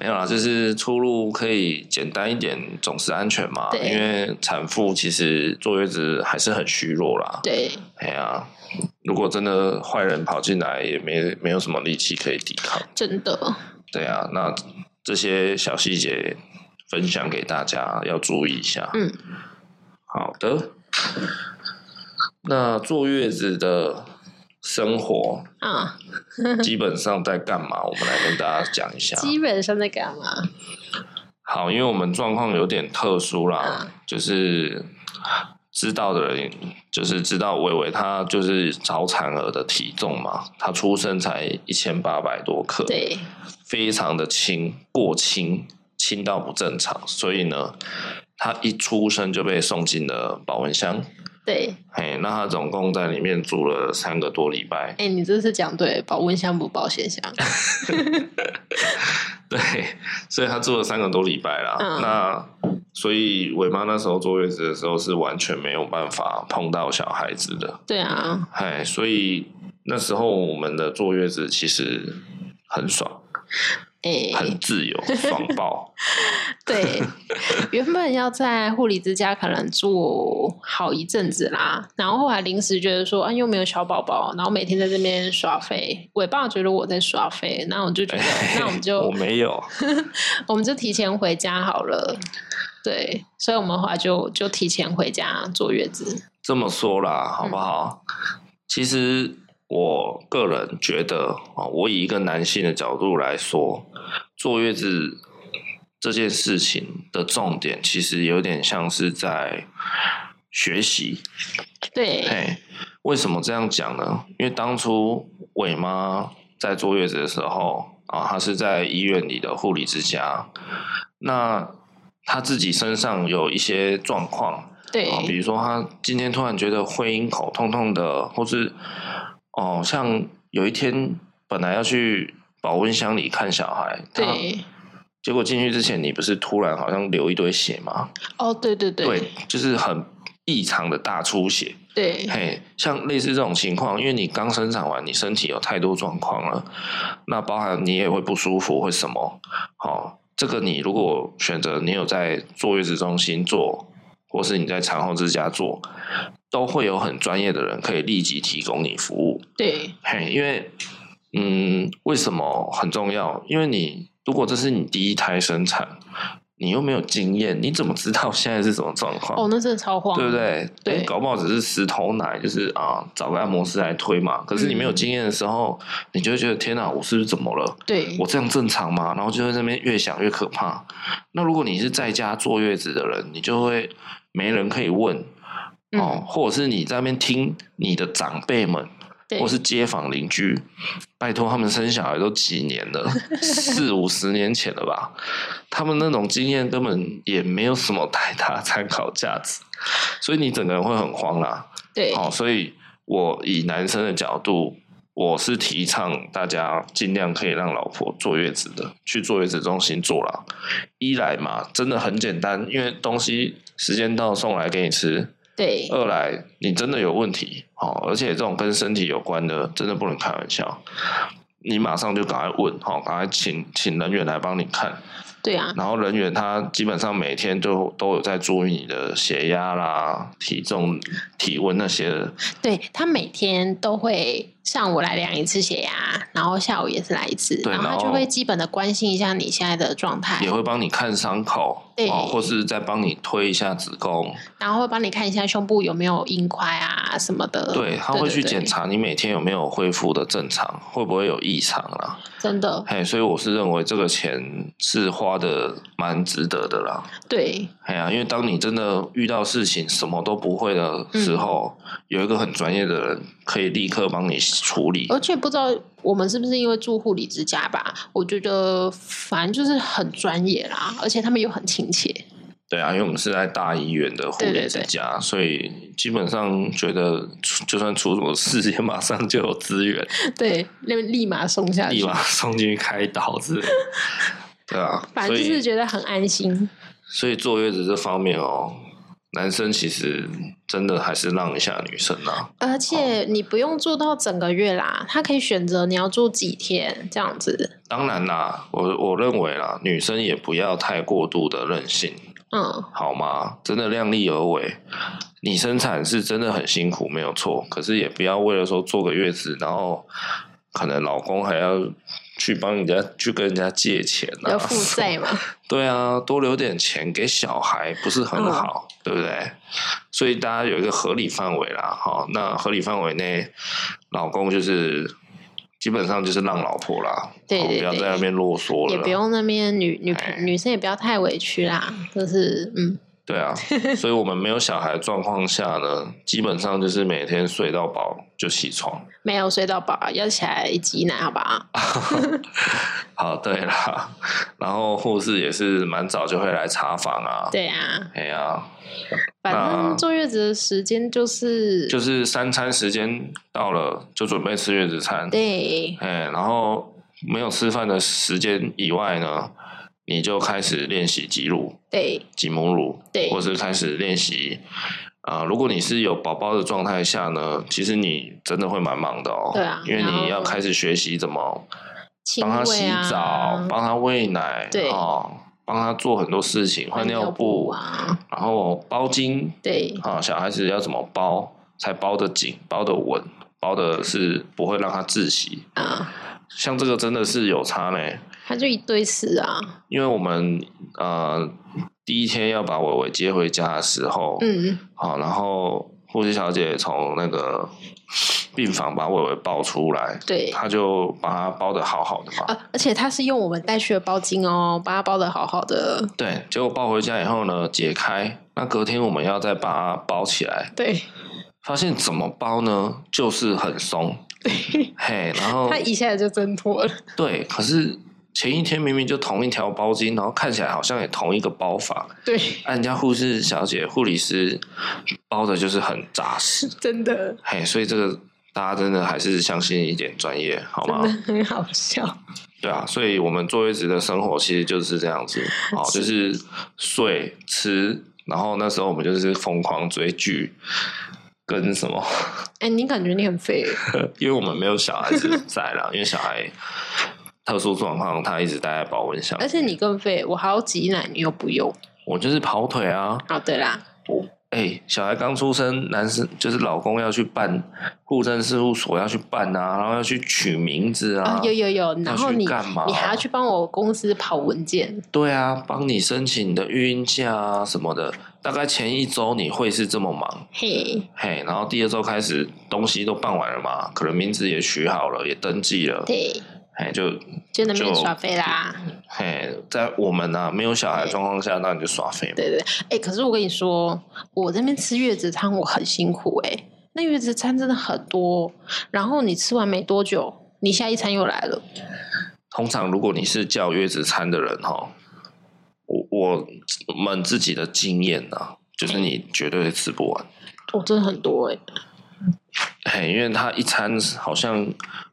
没有啦，就是出入可以简单一点，总是安全嘛。
对
因为产妇其实坐月子还是很虚弱啦。
对，
哎呀，如果真的坏人跑进来，也没没有什么力气可以抵抗。
真的，
对啊，那这些小细节分享给大家，要注意一下。
嗯，
好的。那坐月子的生 活
啊，
基本上在干嘛？我们来跟大家讲一下。
基本上在干嘛？
好，因为我们状况有点特殊啦，
嗯
就是知道的人，就是知道伟伟她就是早产儿的体重嘛，她出生才一千八百多克，
对，
非常的轻，过轻，轻到不正常，所以呢，她一出生就被送进了保温箱，
对，
嘿，那她总共在里面住了三个多礼拜，
哎、你这次讲对，保温箱不保 险箱。
对，所以她住了三个多礼拜啦。
嗯
那所以伟妈那时候坐月子的时候是完全没有办法碰到小孩子的，
对啊，
哎，所以那时候我们的坐月子其实很爽，
哎、
很自由，爽 爆。
对， 原本要在护理之家可能住好一阵子啦，然后后来临时觉得说，啊，又没有小宝宝，然后每天在这边耍废，我爸觉得我在耍废，那我 就觉得，那我们
哎我
就
没有，
我们就提前回家好了。对，所以我们后来就就提前回家坐月子。
这么说啦，好不好？其实我个人觉得啊，我以一个男性的角度来说，坐月子这件事情的重点，其实有点像是在学习。
对，
嘿，为什么这样讲呢？因为当初伟妈在坐月子的时候啊，她是在医院里的护理之家，那她自己身上有一些状况，
对，
哦，比如说他今天突然觉得会阴口痛痛的，或是哦，像有一天本来要去保温箱里看小孩，他，
对，
结果进去之前你不是突然好像流一堆血吗？
哦，对对对，
就是很异常的大出血。
对，
嘿，像类似这种情况，因为你刚生产完，你身体有太多状况了，那包含你也会不舒服，会什么？好、这个你如果选择你有在坐月子中心做，或是你在产后之家做，都会有很专业的人可以立即提供你服务。
对，
嘿，因为嗯，为什么很重要？因为你如果这是你第一胎生产，你又没有经验，你怎么知道现在是什么状况？
哦，那真的超慌，
对不？对？
对
诶搞不好只是石头奶，就是啊，找个按摩师来推嘛。可是你没有
嗯
经验的时候，你就会觉得天哪，我是不是怎么了？
对
我，这样正常吗？然后就会在那边越想越可怕。那如果你是在家坐月子的人，你就会没人可以问哦，
嗯，
或者是你在那边听你的长辈们
对
或，是街坊邻居，拜托他们生小孩都几年 了，四五十年前了吧？他们那种经验根本也没有什么太大参考价值，所以你整个人会很慌啦、
对，
哦，所以我以男生的角度，我是提倡大家尽量可以让老婆坐月子的，去坐月子中心坐啦。一来嘛，真的很简单，因为东西时间到送来给你吃，
对，
二来，你真的有问题哦，而且这种跟身体有关的，真的不能开玩笑。你马上就赶快问哦，赶快请请人员来帮你看，
对啊，
然后人员他基本上每天都都有在注意你的血压啦、体重、体温那些的。
对他每天都会上午来量一次血压，然后下午也是来一次，
对
然后他
然后
就会基本的关心一下你现在的状态
也，会帮你看伤口
对
哦，或是再帮你推一下子宫，
然后会帮你看一下胸部有没有硬块啊什么的。
对，他会去检
对，
查你每天有没有恢复的正常，会不会有异常啦、
真的
嘿，所以我是认为这个钱是花的蛮值得的啦。
对
哎呀，因为当你真的遇到事情什么都不会的
嗯
时候，有一个很专业的人可以立刻帮你处理。
而且不知道我们是不是因为住护理之家吧，我觉得反正就是很专业啦，而且他们又很亲切。
对啊，因为我们是在大医院的护
对对
理之
对
家，所以基本上觉得出就算出什么事，也马上就有资源，
对，那立马送下
立
去
马，送进去开刀之类的。对啊，
反
所
正
以
就是觉得很安心。
所以坐月子这方面哦，男生其实真的还是让一下女生啊。
而且你不用做到整个月啦，他可以选择你要做几天这样子。
当然啦，我我认为啦，女生也不要太过度的任性。
嗯，
好吗？真的量力而为。你生产是真的很辛苦，没有错。可是也不要为了说坐个月子，然后可能老公还要去帮人家去跟人家借钱啊，
要负债 嘛。
对啊，多留点钱给小孩不是很好，
嗯
对不对？所以大家有一个合理范围啦，哈。那合理范围内，老公就是基本上就是让老婆啦，
对
哦
对
不要
对
在那边啰嗦了，哎
也不用那边女女朋女生也不要太委屈啦，就是嗯，
对 啊，所以我们没有小孩的状况下呢，基本上就是每天睡到饱就起床。
没有睡到饱，要起来挤奶好不好？
啊好，对啦， 然后护士也是蛮早就会来查房啊。
对啊，
哎呀，
反
那
正坐月子的时间就是
啊就是三餐时间到了，就准备吃月子餐。
对
哎，然后没有吃饭的时间以外呢，你就开始练习挤乳、
对
挤母乳，
对
或是开始练习。啊、如果你是有宝宝的状态下呢，其实你真的会蛮忙的哦。
对啊
因为
然后
你要开始学习怎么
亲
帮他洗
喂啊，
澡、帮他喂奶，
对
哦，帮他做很多事情，换
尿
尿布，
啊，
然后包巾，
对
啊，小孩子要怎么包才包得紧、包得稳、包的是不会让他窒息。
啊，
像这个真的是有差呢，
他就一堆吃啊，
因为我们呃第一天要把伟伟接回家的时候，
嗯，
好，然后护士小姐从那个病房把伟伟抱出来，
对，
他就把他包的好好的嘛。
呃，而且他是用我们带去的包巾哦，把它包的好好的。
对，结果抱回家以后呢，解开，那隔天我们要再把它包起来，
对，
发现怎么包呢，就是很松，嘿，然后
他一下就挣脱了。
对，可是前一天明明就同一条包巾，然后看起来好像也同一个包法，
对，
按人家护士小姐、护理师包的就是很扎实，
真的，
嘿，所以这个大家真的还是相信一点专业，好
真
吗
的？很好笑。
对啊，所以我们坐月子的生活其实就是这样子， 哦，就是睡吃，然后那时候我们就是疯狂追剧。跟什么？
哎、你感觉你很废，
因为我们没有小孩子在啦，因为小孩特殊状况，他一直待在保温箱。
而且你更废，我还要挤奶，你又不用。
我就是跑腿啊！
哦，对啦，
哎、小孩刚出生，男生就是老公要去办户政事务所要去办啊，然后要去取名字啊，
啊、有有有，然后
去
你
干嘛
你还要去帮我公司跑文件，
对啊，帮你申请你的育婴假啊什么的。大概前一周你会是这么忙，
嘿，
嘿，然后第二周开始东西都办完了嘛，可能名字也取好了，也登记了，
对，
嘿，就
就能
就
免耍废啦。
嘿，在我们啊没有小孩的状况下，那你就耍废嘛。
对对，哎、可是我跟你说，我这边吃月子餐我很辛苦哎、那月子餐真的很多，然后你吃完没多久，你下一餐又来了，
通常如果你是叫月子餐的人哈，我我们自己的经验啊，就是你绝对吃不完，
哦，真的很多哎、
嘿，因为它一餐好像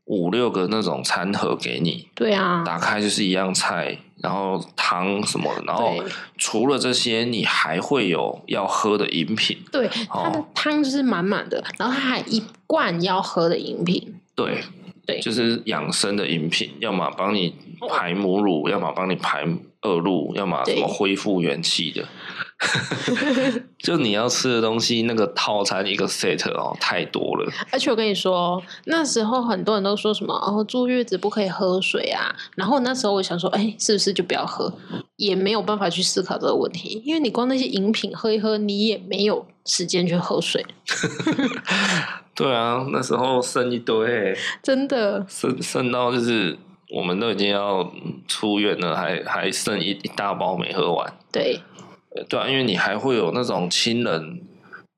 五六个那种餐盒给你，
对啊，
打开就是一样菜，然后汤什么的，然后
对
除了这些，你还会有要喝的饮品，
对，它的
哦
汤就是满满的，然后它还一罐要喝的饮品，
对。
对哦
就是养生的饮品，要么帮你排母乳，要么帮你排恶露，要么什么
对
恢复元气的。 就你要吃的东西，那个套餐一个 set 哦，太多了。
而且我跟你说，那时候很多人都说什么哦，坐月子不可以喝水啊。然后那时候我想说，哎，是不是就不要喝？也没有办法去思考这个问题，因为你光那些饮品喝一喝，你也没有时间去喝水，
对啊，那时候剩一堆，欸
真的。
剩剩到就是我们都已经要出院了，还还剩一一大包没喝完。
对
呃对啊，因为你还会有那种亲人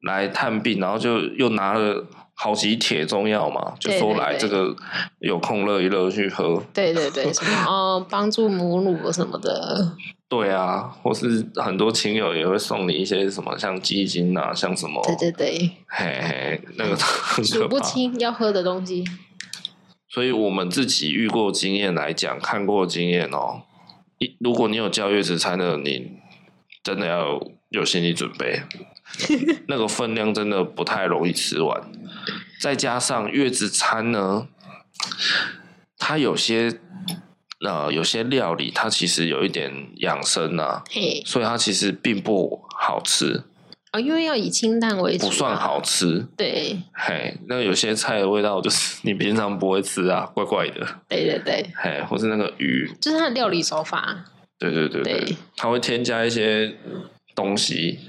来探病，然后就又拿了好几帖中药嘛，就
对
说
对
来
对
这个有空乐一乐去喝。
对对对，什 么哦，帮助母乳什么的，
对啊，或是很多亲友也会送你一些什么，像鸡精啊，像什么，
对对对，
嘿嘿，那个都很
数
可
不
怕。
清要喝的东西。
所以我们自己遇过经验来讲，看过经验哦。一如果你有叫月子餐的，你真的要有心理准备，那个分量真的不太容易吃完。再加上月子餐呢，它有些呃有些料理，它其实有一点养生啊，
嘿，
所以它其实并不好吃，
哦，因为要以清淡为主，
不算。好吃。
对
嘿，那有些菜的味道就是你平常不会吃啊，怪怪的。
对对对，
嘿，或是那个鱼，
就是它的料理手法。
对对对对，
对
它会添加一些东西，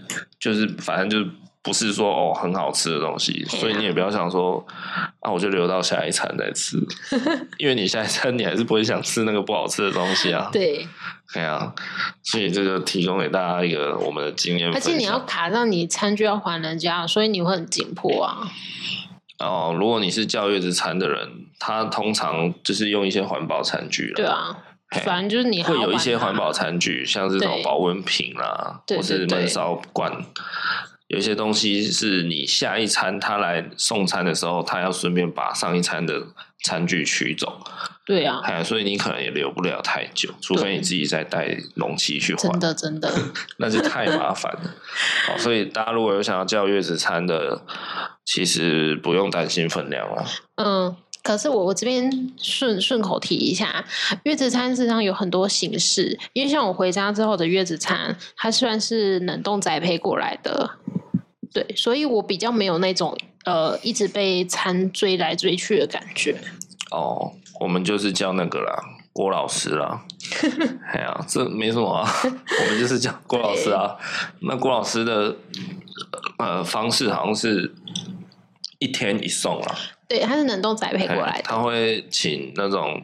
就是反正就是不是说哦很好吃的东西，
嘿啊
所以你也不要想说啊，我就留到下一餐再 吃，因为你下一餐你还是不会想吃那个不好吃的东西啊。，
对，
对啊，所以这个提供给大家一个我们的经验
而
分享。
且你要卡上你餐具要还人家，所以你会很紧迫啊。
哦，如果你是教月子餐的人，他通常就是用一些环保餐具啦
对啊
嘿，
反正就是你还
会
要
有一些
还
环保餐具，像是这种
对
保温瓶啦，
对
或是
对对
焖烧罐，有一些东西是你下一餐他来送餐的时候，他要顺便把上一餐的餐具取走，
对啊，
哎，所以你可能也留不了太久，除
对
非你自己再带容器去
真
换，
的真的，
那就太麻烦了。好，所以大家如果有想要叫月子餐的，其实不用担心分量了。
嗯。可是我我这边顺顺口提一下，月子餐事实上有很多形式，因为像我回家之后的月子餐，它算是冷冻栽培过来的，对，所以我比较没有那种呃一直被餐追来追去的感觉。
哦，我们就是叫那个啦，郭老师 啦。哎呀，这没什么啊，我们就是叫郭老师啊。那郭老师的呃方式好像是一天一送啦，
对，它是冷冻宅配过来
嘿
的，
他会请那种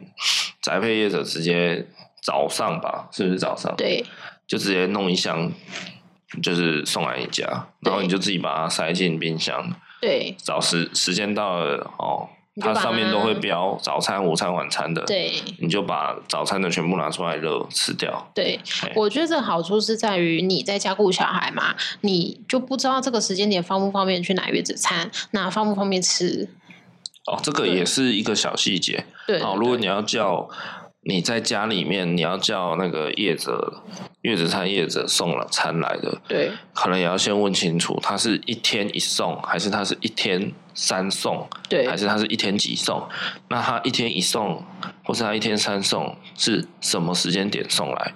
宅配业者直接早上吧，是不是早上？，
对
就直接弄一箱，就是送来你家，然后
对
你就自己把它塞进冰箱，
对
早时时间到了哦，
你就
它
把
上面都会
它
标早餐、午餐、晚餐的，，
对
你就把早餐的全部拿出来热吃掉。
对
嘿，
我觉得这好处是在于你在家顾小孩嘛，你就不知道这个时间点方不方便去拿月子餐，那方不方便吃，
哦，这个也是一个小细节。
对，
哦，如果你要叫你在家里面，你要叫那个业者、月子餐业者送了餐来的，
对
可能也要先问清楚，他是一天一送，还是他是一天三送，
对
还是他是一天几送？那他一天一送，或是他一天三送，是什么时间点送来？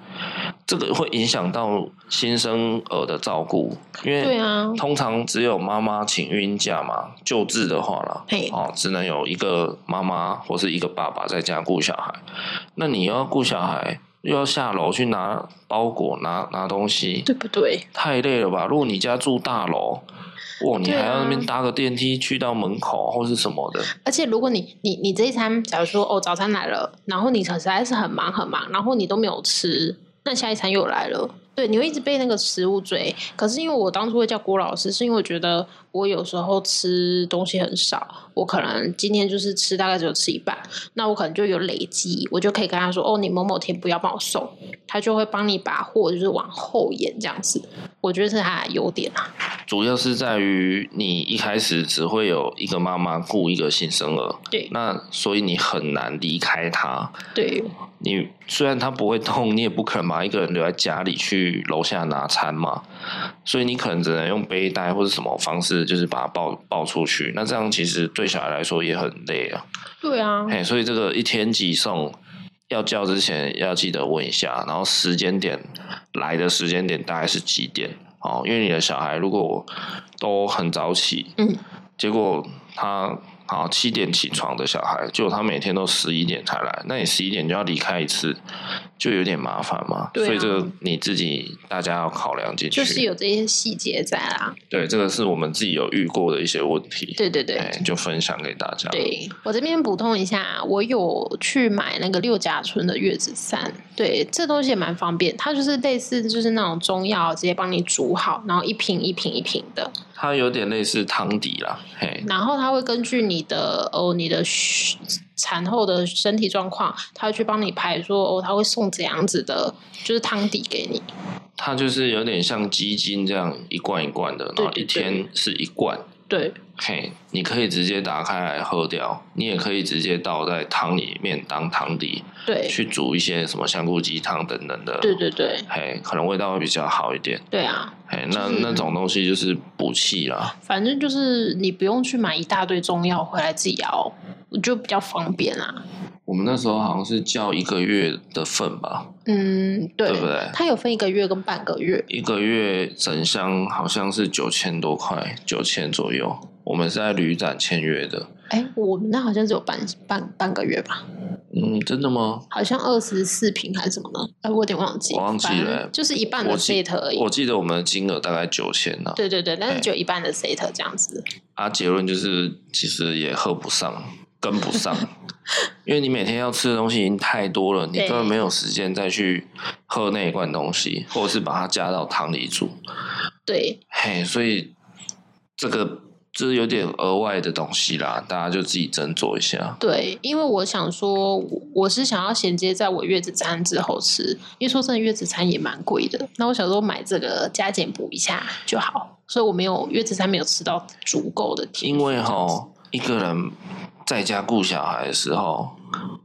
这个会影响到新生儿的照顾，因为
对啊
通常只有妈妈请孕假嘛，救治的话啦
嘿，
哦，只能有一个妈妈或是一个爸爸在家顾小孩。那你要顾小孩，又要下楼去拿包裹、拿拿东西，
对不对？
太累了吧？如果你家住大楼，哇，你
对啊
还要那边搭个电梯去到门口或是什么的，
而且如果你你你这一餐，假如说哦早餐来了，然后你实在是很忙很忙，然后你都没有吃，那下一餐又来了。对，你会一直被那个食物追。可是因为我当初会叫郭老师，是因为我觉得我有时候吃东西很少，我可能今天就是吃大概只有吃一半，那我可能就有累积，我就可以跟他说：“哦，你某某天不要帮我送。”他就会帮你把货就是往后延这样子。我觉得是他的优点啊。
主要是在于你一开始只会有一个妈妈顾一个新生儿，
对
那所以你很难离开他。
对
你虽然他不会动，你也不可能把一个人留在家里去楼下拿餐嘛，所以你可能只能用背带或者什么方式，就是把他抱抱出去。那这样其实对小孩来说也很累啊。
对啊，
哎，所以这个一天几送，要叫之前要记得问一下，然后时间点来的时间点大概是几点哦？因为你的小孩如果都很早起，
嗯，
结果他好七点起床的小孩，结果他每天都十一点才来，那你十一点就要离开一次，就有点麻烦嘛。
对啊
所以这个你自己大家要考量进去。
就是有这些细节在啊啦。
对，这个是我们自己有遇过的一些问题。
对对对，
哎，就分享给大家。
对我这边补充一下，啊我有去买那个六甲村的月子散，对，这东西也蛮方便，它就是类似就是那种中药，直接帮你煮好，然后一瓶一瓶一瓶的，
它有点类似汤底啦，嘿，
然后它会根据你的哦你的需产后的身体状况，它会去帮你排说哦，它会送怎样子的，就是汤底给你，
它就是有点像鸡精这样一罐一罐的，然
对
后一
对对
天是一罐，
对
嘿，你可以直接打开来喝掉，你也可以直接倒在汤里面当汤底
对
去煮一些什么香菇鸡汤等等的，
对对对
嘿，可能味道会比较好一点，
对啊，
嘿，那
就是
那种东西就是补气啦，
反正就是你不用去买一大堆中药回来自己熬，就比较方便啊。
我们那时候好像是叫一个月的份吧，
嗯，对，
对不对
它有分一个月跟半个月，
一个月整箱好像是九千多块，九千左右，我们是在旅展签约的，
哎，我们那好像只有半半半个月吧，
嗯，真的吗？
好像二十四瓶还是什么呢？哎，我有点忘记，
我忘记
反正
了
就是一半
我
的
记
set 而已。
我记得我们的金额大概九千呢，
对对对，但
哎
是只有一半的 set 这样子。
啊，结论就是其实也喝不上，跟不 上，因为你每天要吃的东西已经太多了，你
对
根本没有时间再去喝那一罐东西，或者是把它加到汤里煮，
对
嘿，所以这个这有点额外的东西啦，大家就自己斟酌一下。
对，因为我想说，我我是想要衔接在我月子餐之后吃，因为说真的，月子餐也蛮贵的。那我想说买这个加减补一下就好，所以我没有月子餐没有吃到足够的甜。
因为哦哈，一个人在家顾小孩的时候，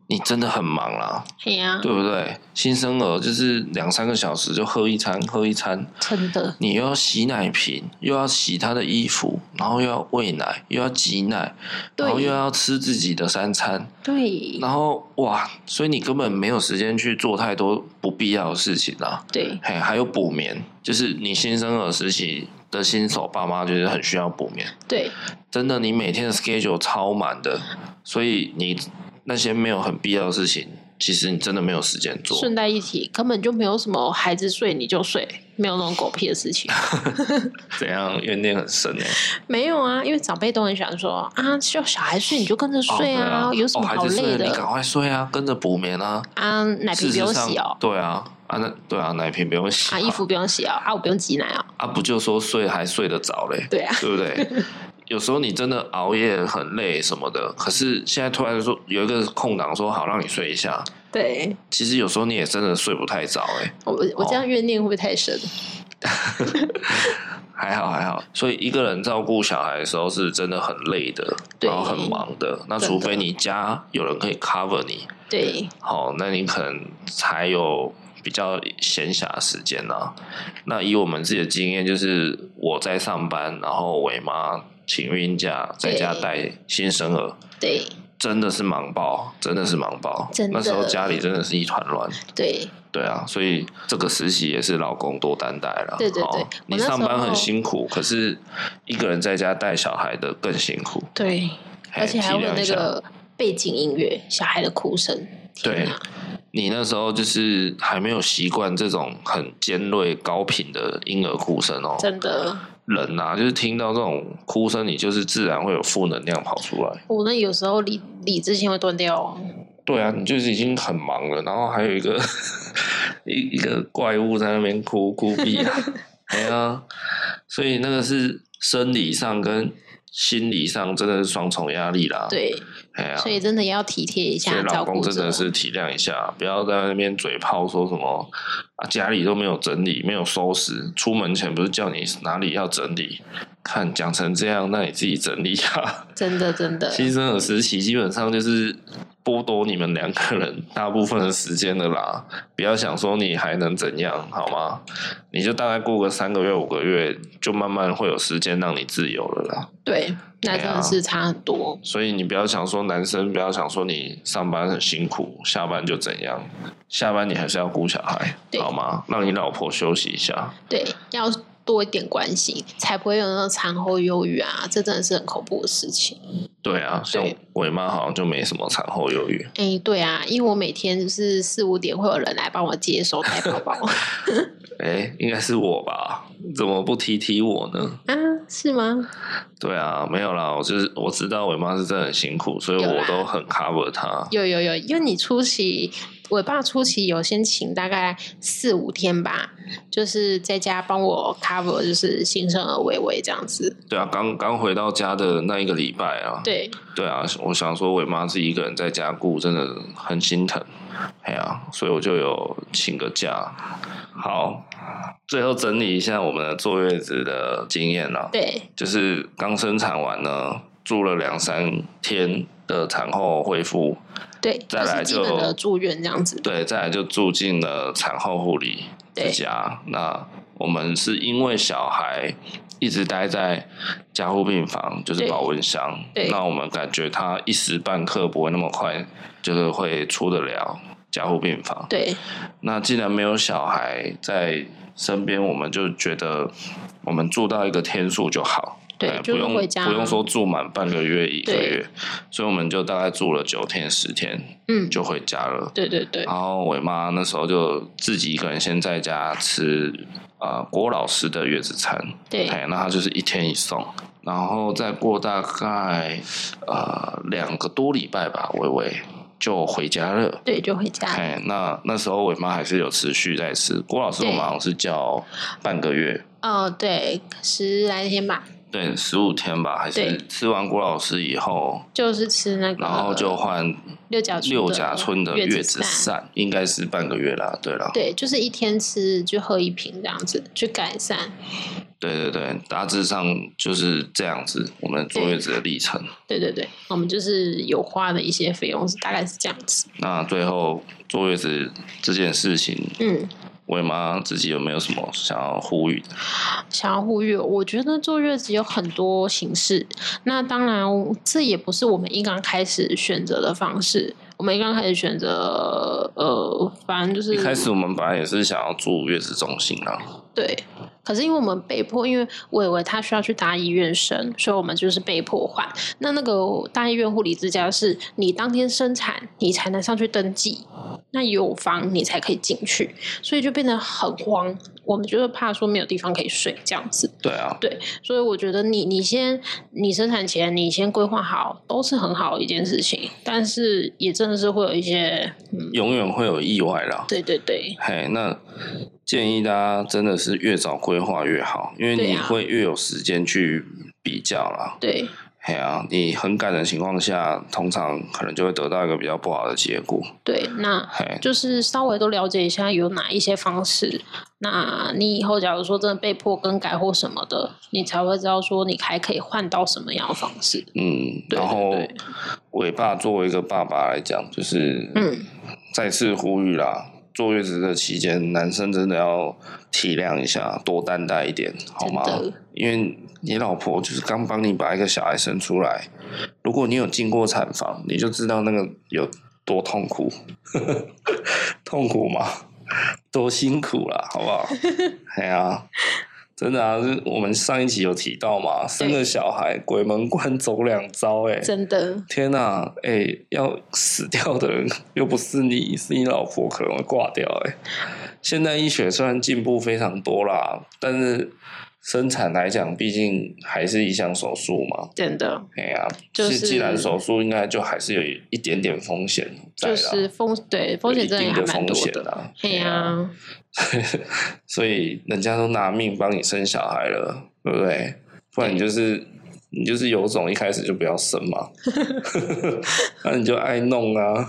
你真的很忙啦，
嘿呀、
对不对？新生儿就是两三个小时就喝一餐，喝一餐，
真的，
你又要洗奶瓶，又要洗他的衣服，然后又要喂奶，又要挤奶，
对
然后又要吃自己的三餐，
对
然后哇，所以你根本没有时间去做太多不必要的事情啦。
对
嘿，还有补眠，就是你新生儿时期的新手爸妈就是很需要补眠，
对
真的，你每天的 schedule 超满的，所以你那些没有很必要的事情，其实你真的没有时间做。
顺带一提，根本就没有什么孩子睡你就睡，没有那种狗屁的 事情。
怎样怨念很深欸呢、
没有啊，因为长辈都很喜欢说啊，就小孩睡你就跟着
哦
睡啊，有什么
哦孩
好
子睡
累
了
的、
你赶快睡啊，跟着补眠啊。
啊？奶瓶
事
不
实
用
上
洗哦，，
对啊，啊那对啊，奶瓶不用洗
啊，衣服不用洗哦，啊，我不用挤奶哦，
啊，不就说睡还睡得着 嘞？
对啊，
对不对？有时候你真的熬夜很累什么的，可是现在突然说有一个空档，说好让你睡一下，
对
其实有时候你也真的睡不太着哎、
我我这样怨念会不会太深？
还好还好，所以一个人照顾小孩的时候是真的很累的，
对
然后很忙的。那
真
除
的
非你家有人可以 cover 你，
对，
好、那你可能才有比较闲暇的时间呐、那以我们自己的经验，就是我在上班，然后伟妈请孕假，在家
对
带新生儿，
对
真的是忙爆，真的是忙爆。
真的
那时候家里真的是一团乱，
对
对啊，所以这个实习也是老公多担待了。
对对对
哦
我
你
那时
上班
候
很辛苦，可是一个人在家带小孩的更辛苦，
对，
嘿
而且还
体
会有
谅一
那
下
个背景音乐，小孩的哭声，天
对
哪，
你那时候就是还没有习惯这种很尖锐、高频的婴儿哭声哦。
真的，
人啊，就是听到这种哭声，你就是自然会有负能量跑出来。
我那有时候理理智线会断掉哦。
对啊，你就是已经很忙了，然后还有一个 一一个怪物在那边哭哭屁 啊，哎呀，所以那个是生理上跟心理上真的是双重压力啦。，
对，啊
哎呀，
所以真的要体贴一
所以
下
老
照
公
顾
真
者
的。是体谅一下，不要在那边嘴炮说什么啊，家里都没有整理，没有收拾，出门前不是叫你哪里要整理？看讲成这样，那你自己整理啊。
真的真的，
新生儿时期基本上就是剥夺你们两个人大部分的时间的啦，不要想说你还能怎样，好吗？你就大概过个三个月、五个月，就慢慢会有时间让你自由了啦。
对，那真
对啊
的是差很多。
所以你不要想说男生，不要想说你上班很辛苦，下班就怎样，下班你还是要顾小孩，
对
好吗？让你老婆休息一下。
对，要多一点关心，才不会有那种产后忧郁啊，这真的是很恐怖的事情。
对啊，像
对
伟妈好像就没什么产后忧郁。
哎，对啊，因为我每天就是四五点会有人来帮我接手带啊宝 宝
哎、应该是我吧？怎么不提提我呢？
啊，是吗？
对啊，没有啦，我就是我知道伟妈是真的很辛苦，所以
有啦
我都很 cover 她。
有有有，因为你出席，我爸出席有先请大概四五天吧，就是在家帮我 cover，就是新生儿微微这样子。
对啊，刚刚回到家的那一个礼拜啊，
对，
对啊，我想说伟妈自己一个人在家顾，真的很心疼。哎呀、所以我就有请个假。好，最后整理一下我们的坐月子的经验啦、
对，
就是刚生产完呢，住了两三天的产后恢复，
对，
再
是
来
基
就
本的住院这样子。
对，再来就住进了产后护理之
对
家。那我们是因为小孩一直待在加护病房，就是
对
保温箱
对。
那我们感觉他一时半刻不会那么快，就是会出得了加护病房。
对，
那既然没有小孩在身边，我们就觉得我们住到一个天数就好。
对
哎
就
不
是
用
回家
不用说住满半个月一个
对
月，所以我们就大概住了九天十天
嗯，
就回家了。
对对对，
然后我妈那时候就自己一个人先在家吃呃郭老师的月子餐，
对
哎，那她就是一天一送，然后再过大概呃两个多礼拜吧，微微就回家了。
对，就回家。
哎，那那时候我妈还是有持续在吃，郭老师我
对
们好像是叫半个月，
哦，对，十来天吧，
对，十五天吧，还
对
是吃完郭老师以后，
就是吃那个，
然后就换
六甲村
六甲村的
月
月子
散。
膳，应该是半个月啦，对啦，
对，就是一天吃就喝一瓶这样子，去改善。
对对对，大致上就是这样子，我们坐月子的历程。
对对对，我们就是有花的一些费用，大概是这样子。
那最后坐月子这件事情，
嗯，
魏妈自己有没有什么想要呼吁的？
想要呼吁，我觉得坐月子有很多形式。那当然，这也不是我们一刚开始选择的方式。我们一刚开始选择，呃，反正就是
一开始我们本来也是想要住月子中心啊，
对，可是因为我们被迫，因为伟伟他需要去打医院生，所以我们就是被迫换。那那个大医院护理之家是你当天生产，你才能上去登记。那有房你才可以进去，所以就变得很慌。我们就会怕说没有地方可以睡这样子，
对啊，
所以我觉得你你先你生产前你先规划好都是很好的一件事情，但是也真的是会有一些，嗯，
永远会有意外啦。
对对对，
嘿，那建议大家真的是越早规划越好，因为
对
你
啊
会越有时间去比较啦。
对
嘿啊，你很赶的情况下，通常可能就会得到一个比较不好的结果。
对，那
嘿，
就是稍微都了解一下有哪一些方式。那你以后假如说真的被迫更改或什么的，你才会知道说你还可以换到什么样的方式。
嗯，
对
然后
对对
伟爸作为一个爸爸来讲，就是
嗯，
再次呼吁啦。坐月子的期间，男生真的要体谅一下，多担待一点，好吗
真的？
因为你老婆就是刚帮你把一个小孩生出来，如果你有进过产房，你就知道那个有多痛 苦，痛苦嘛，多辛苦啦，好不 好？哎呀、真的啊，是我们上一集有提到嘛，生个小孩鬼门关走两遭、欸，哎，
真的，
天呐、哎、要死掉的人又不是你，是你老婆可能会挂掉、哎，现代医学虽然进步非常多啦，但是生产来讲，毕竟还是一项手术嘛。
真的，
哎呀、
就是
既然手术，应该就还是有一点点风险在啦，
就是风对
有
风险
一
真
定
也还
的
蛮
风
多
险
的。
啦。
嘿呀、
哎呀
啊，
所以人家都拿命帮你生小孩了，对不对？不然你就是你就是有种一开始就不要生嘛，那你就爱弄啊，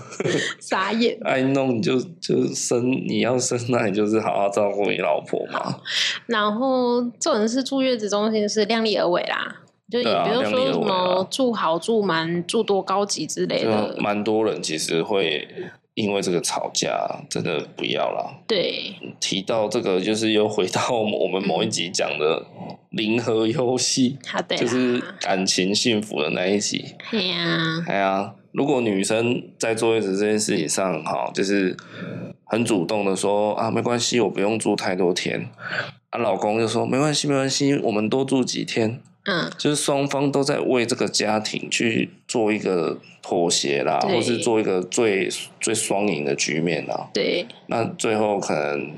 傻眼。
爱弄你就就生，你要生那你就是好好照顾你老婆嘛，
然后这种是住月子中心是量力而为啦，就也
对啊
不用
量力
说
而
什
为啊啦
么住好住满住多高级之类的
就。蛮多人其实会因为这个吵架，真的不要啦。
对，
提到这个，就是又回到我们某一集讲的零和游戏，
好的啦，
就是感情幸福的那一集。
嘿呀、
哎呀，如果女生在坐月子这件事情上，哈，就是很主动的说啊，没关系，我不用住太多天。啊，老公就说没关系，没关系，我们多住几天，
嗯，
就是双方都在为这个家庭去做一个妥协啦，
对
或是做一个最最双赢的局面啦。
对
那最后可能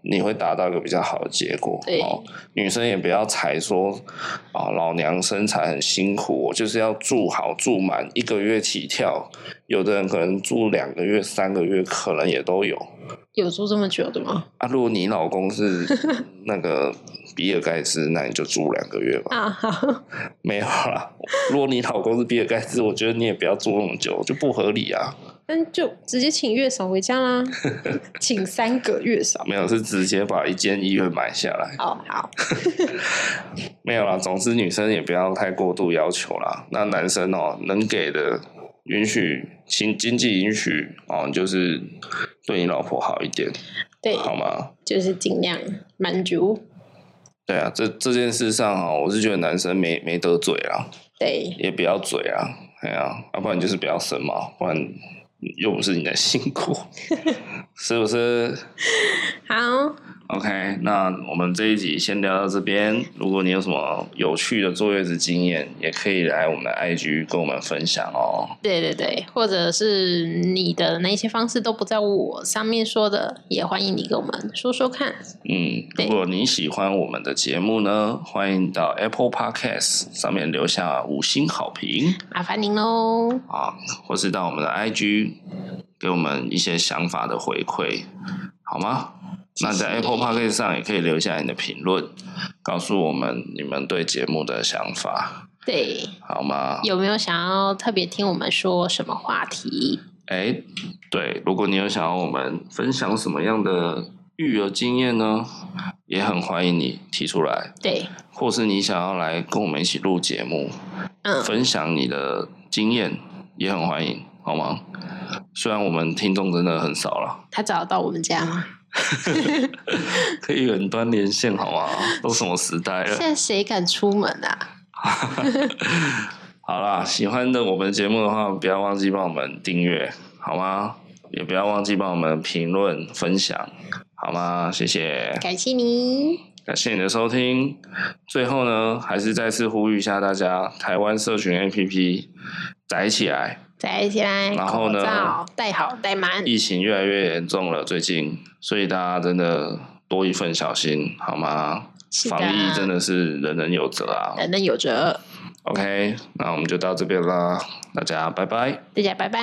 你会达到一个比较好的结果。
对
哦，女生也不要踩说啊，老娘生产很辛苦，我就是要住好住满一个月起跳，有的人可能住两个月、三个月，可能也都有。
有住这么久的吗？
啊，如果你老公是那个比尔盖茨，那你就住两个月吧。
啊，好，
没有啦，如果你老公是比尔盖茨，我觉得你也不要住那么久，就不合理啊。
那就直接请月嫂回 家啦，请三个月嫂。
没有，是直接把一间医院买下来。
哦，好，
没有啦，总之女生也不要太过度要求啦。那男生哦，能给的允许，经经济允许哦，你就是对你老婆好一点，
对，
好吗？
就是尽量满足，
对啊，这这件事上哦，我是觉得男生没没得嘴啦，
对，
也不要嘴啊，哎呀、啊，要、不然就是不要生嘛，不然又不是你的辛苦， 是不是？
好，
OK，那我们这一集先聊到这边。如果你有什么有趣的坐月子经验，也可以来我们的 IG 跟我们分享哦。
对对对，或者是你的那些方式都不在我上面说的，也欢迎你跟我们说说看。
嗯，
对
如果你喜欢我们的节目呢，欢迎到 Apple Podcast 上面留下五星好评
麻烦您喽。
啊，或是到我们的 IG 给我们一些想法的回馈，好吗？那在 Apple Podcast 上也可以留下你的评论，告诉我们你们对节目的想法，
对，
好吗？
有没有想要特别听我们说什么话题？
哎，对，如果你有想要我们分享什么样的育儿经验呢，也很欢迎你提出来，
对，
或是你想要来跟我们一起录节目，
嗯，
分享你的经验，也很欢迎，好吗？虽然我们听众真的很少了，
他找得到我们家吗？
可以远端连线，好吗？都什么时代
现
了？
在谁敢出门啊？
好啦，喜欢的我们节目的话，不要忘记帮我们订阅，好吗？也不要忘记帮我们评论、分享，好吗？谢谢。
感谢你，
感谢你的收听。最后呢，还是再次呼吁一下大家，台湾社群 APP 载起来，
再宅起来，
然后呢
口罩戴好戴满，
疫情越来越严重了，最近，所以大家真的多一份小心，好吗？
是的嗯
防疫真的是人人有责啊。
人人有责。
OK，那我们就到这边啦，大家拜拜。
大家拜拜。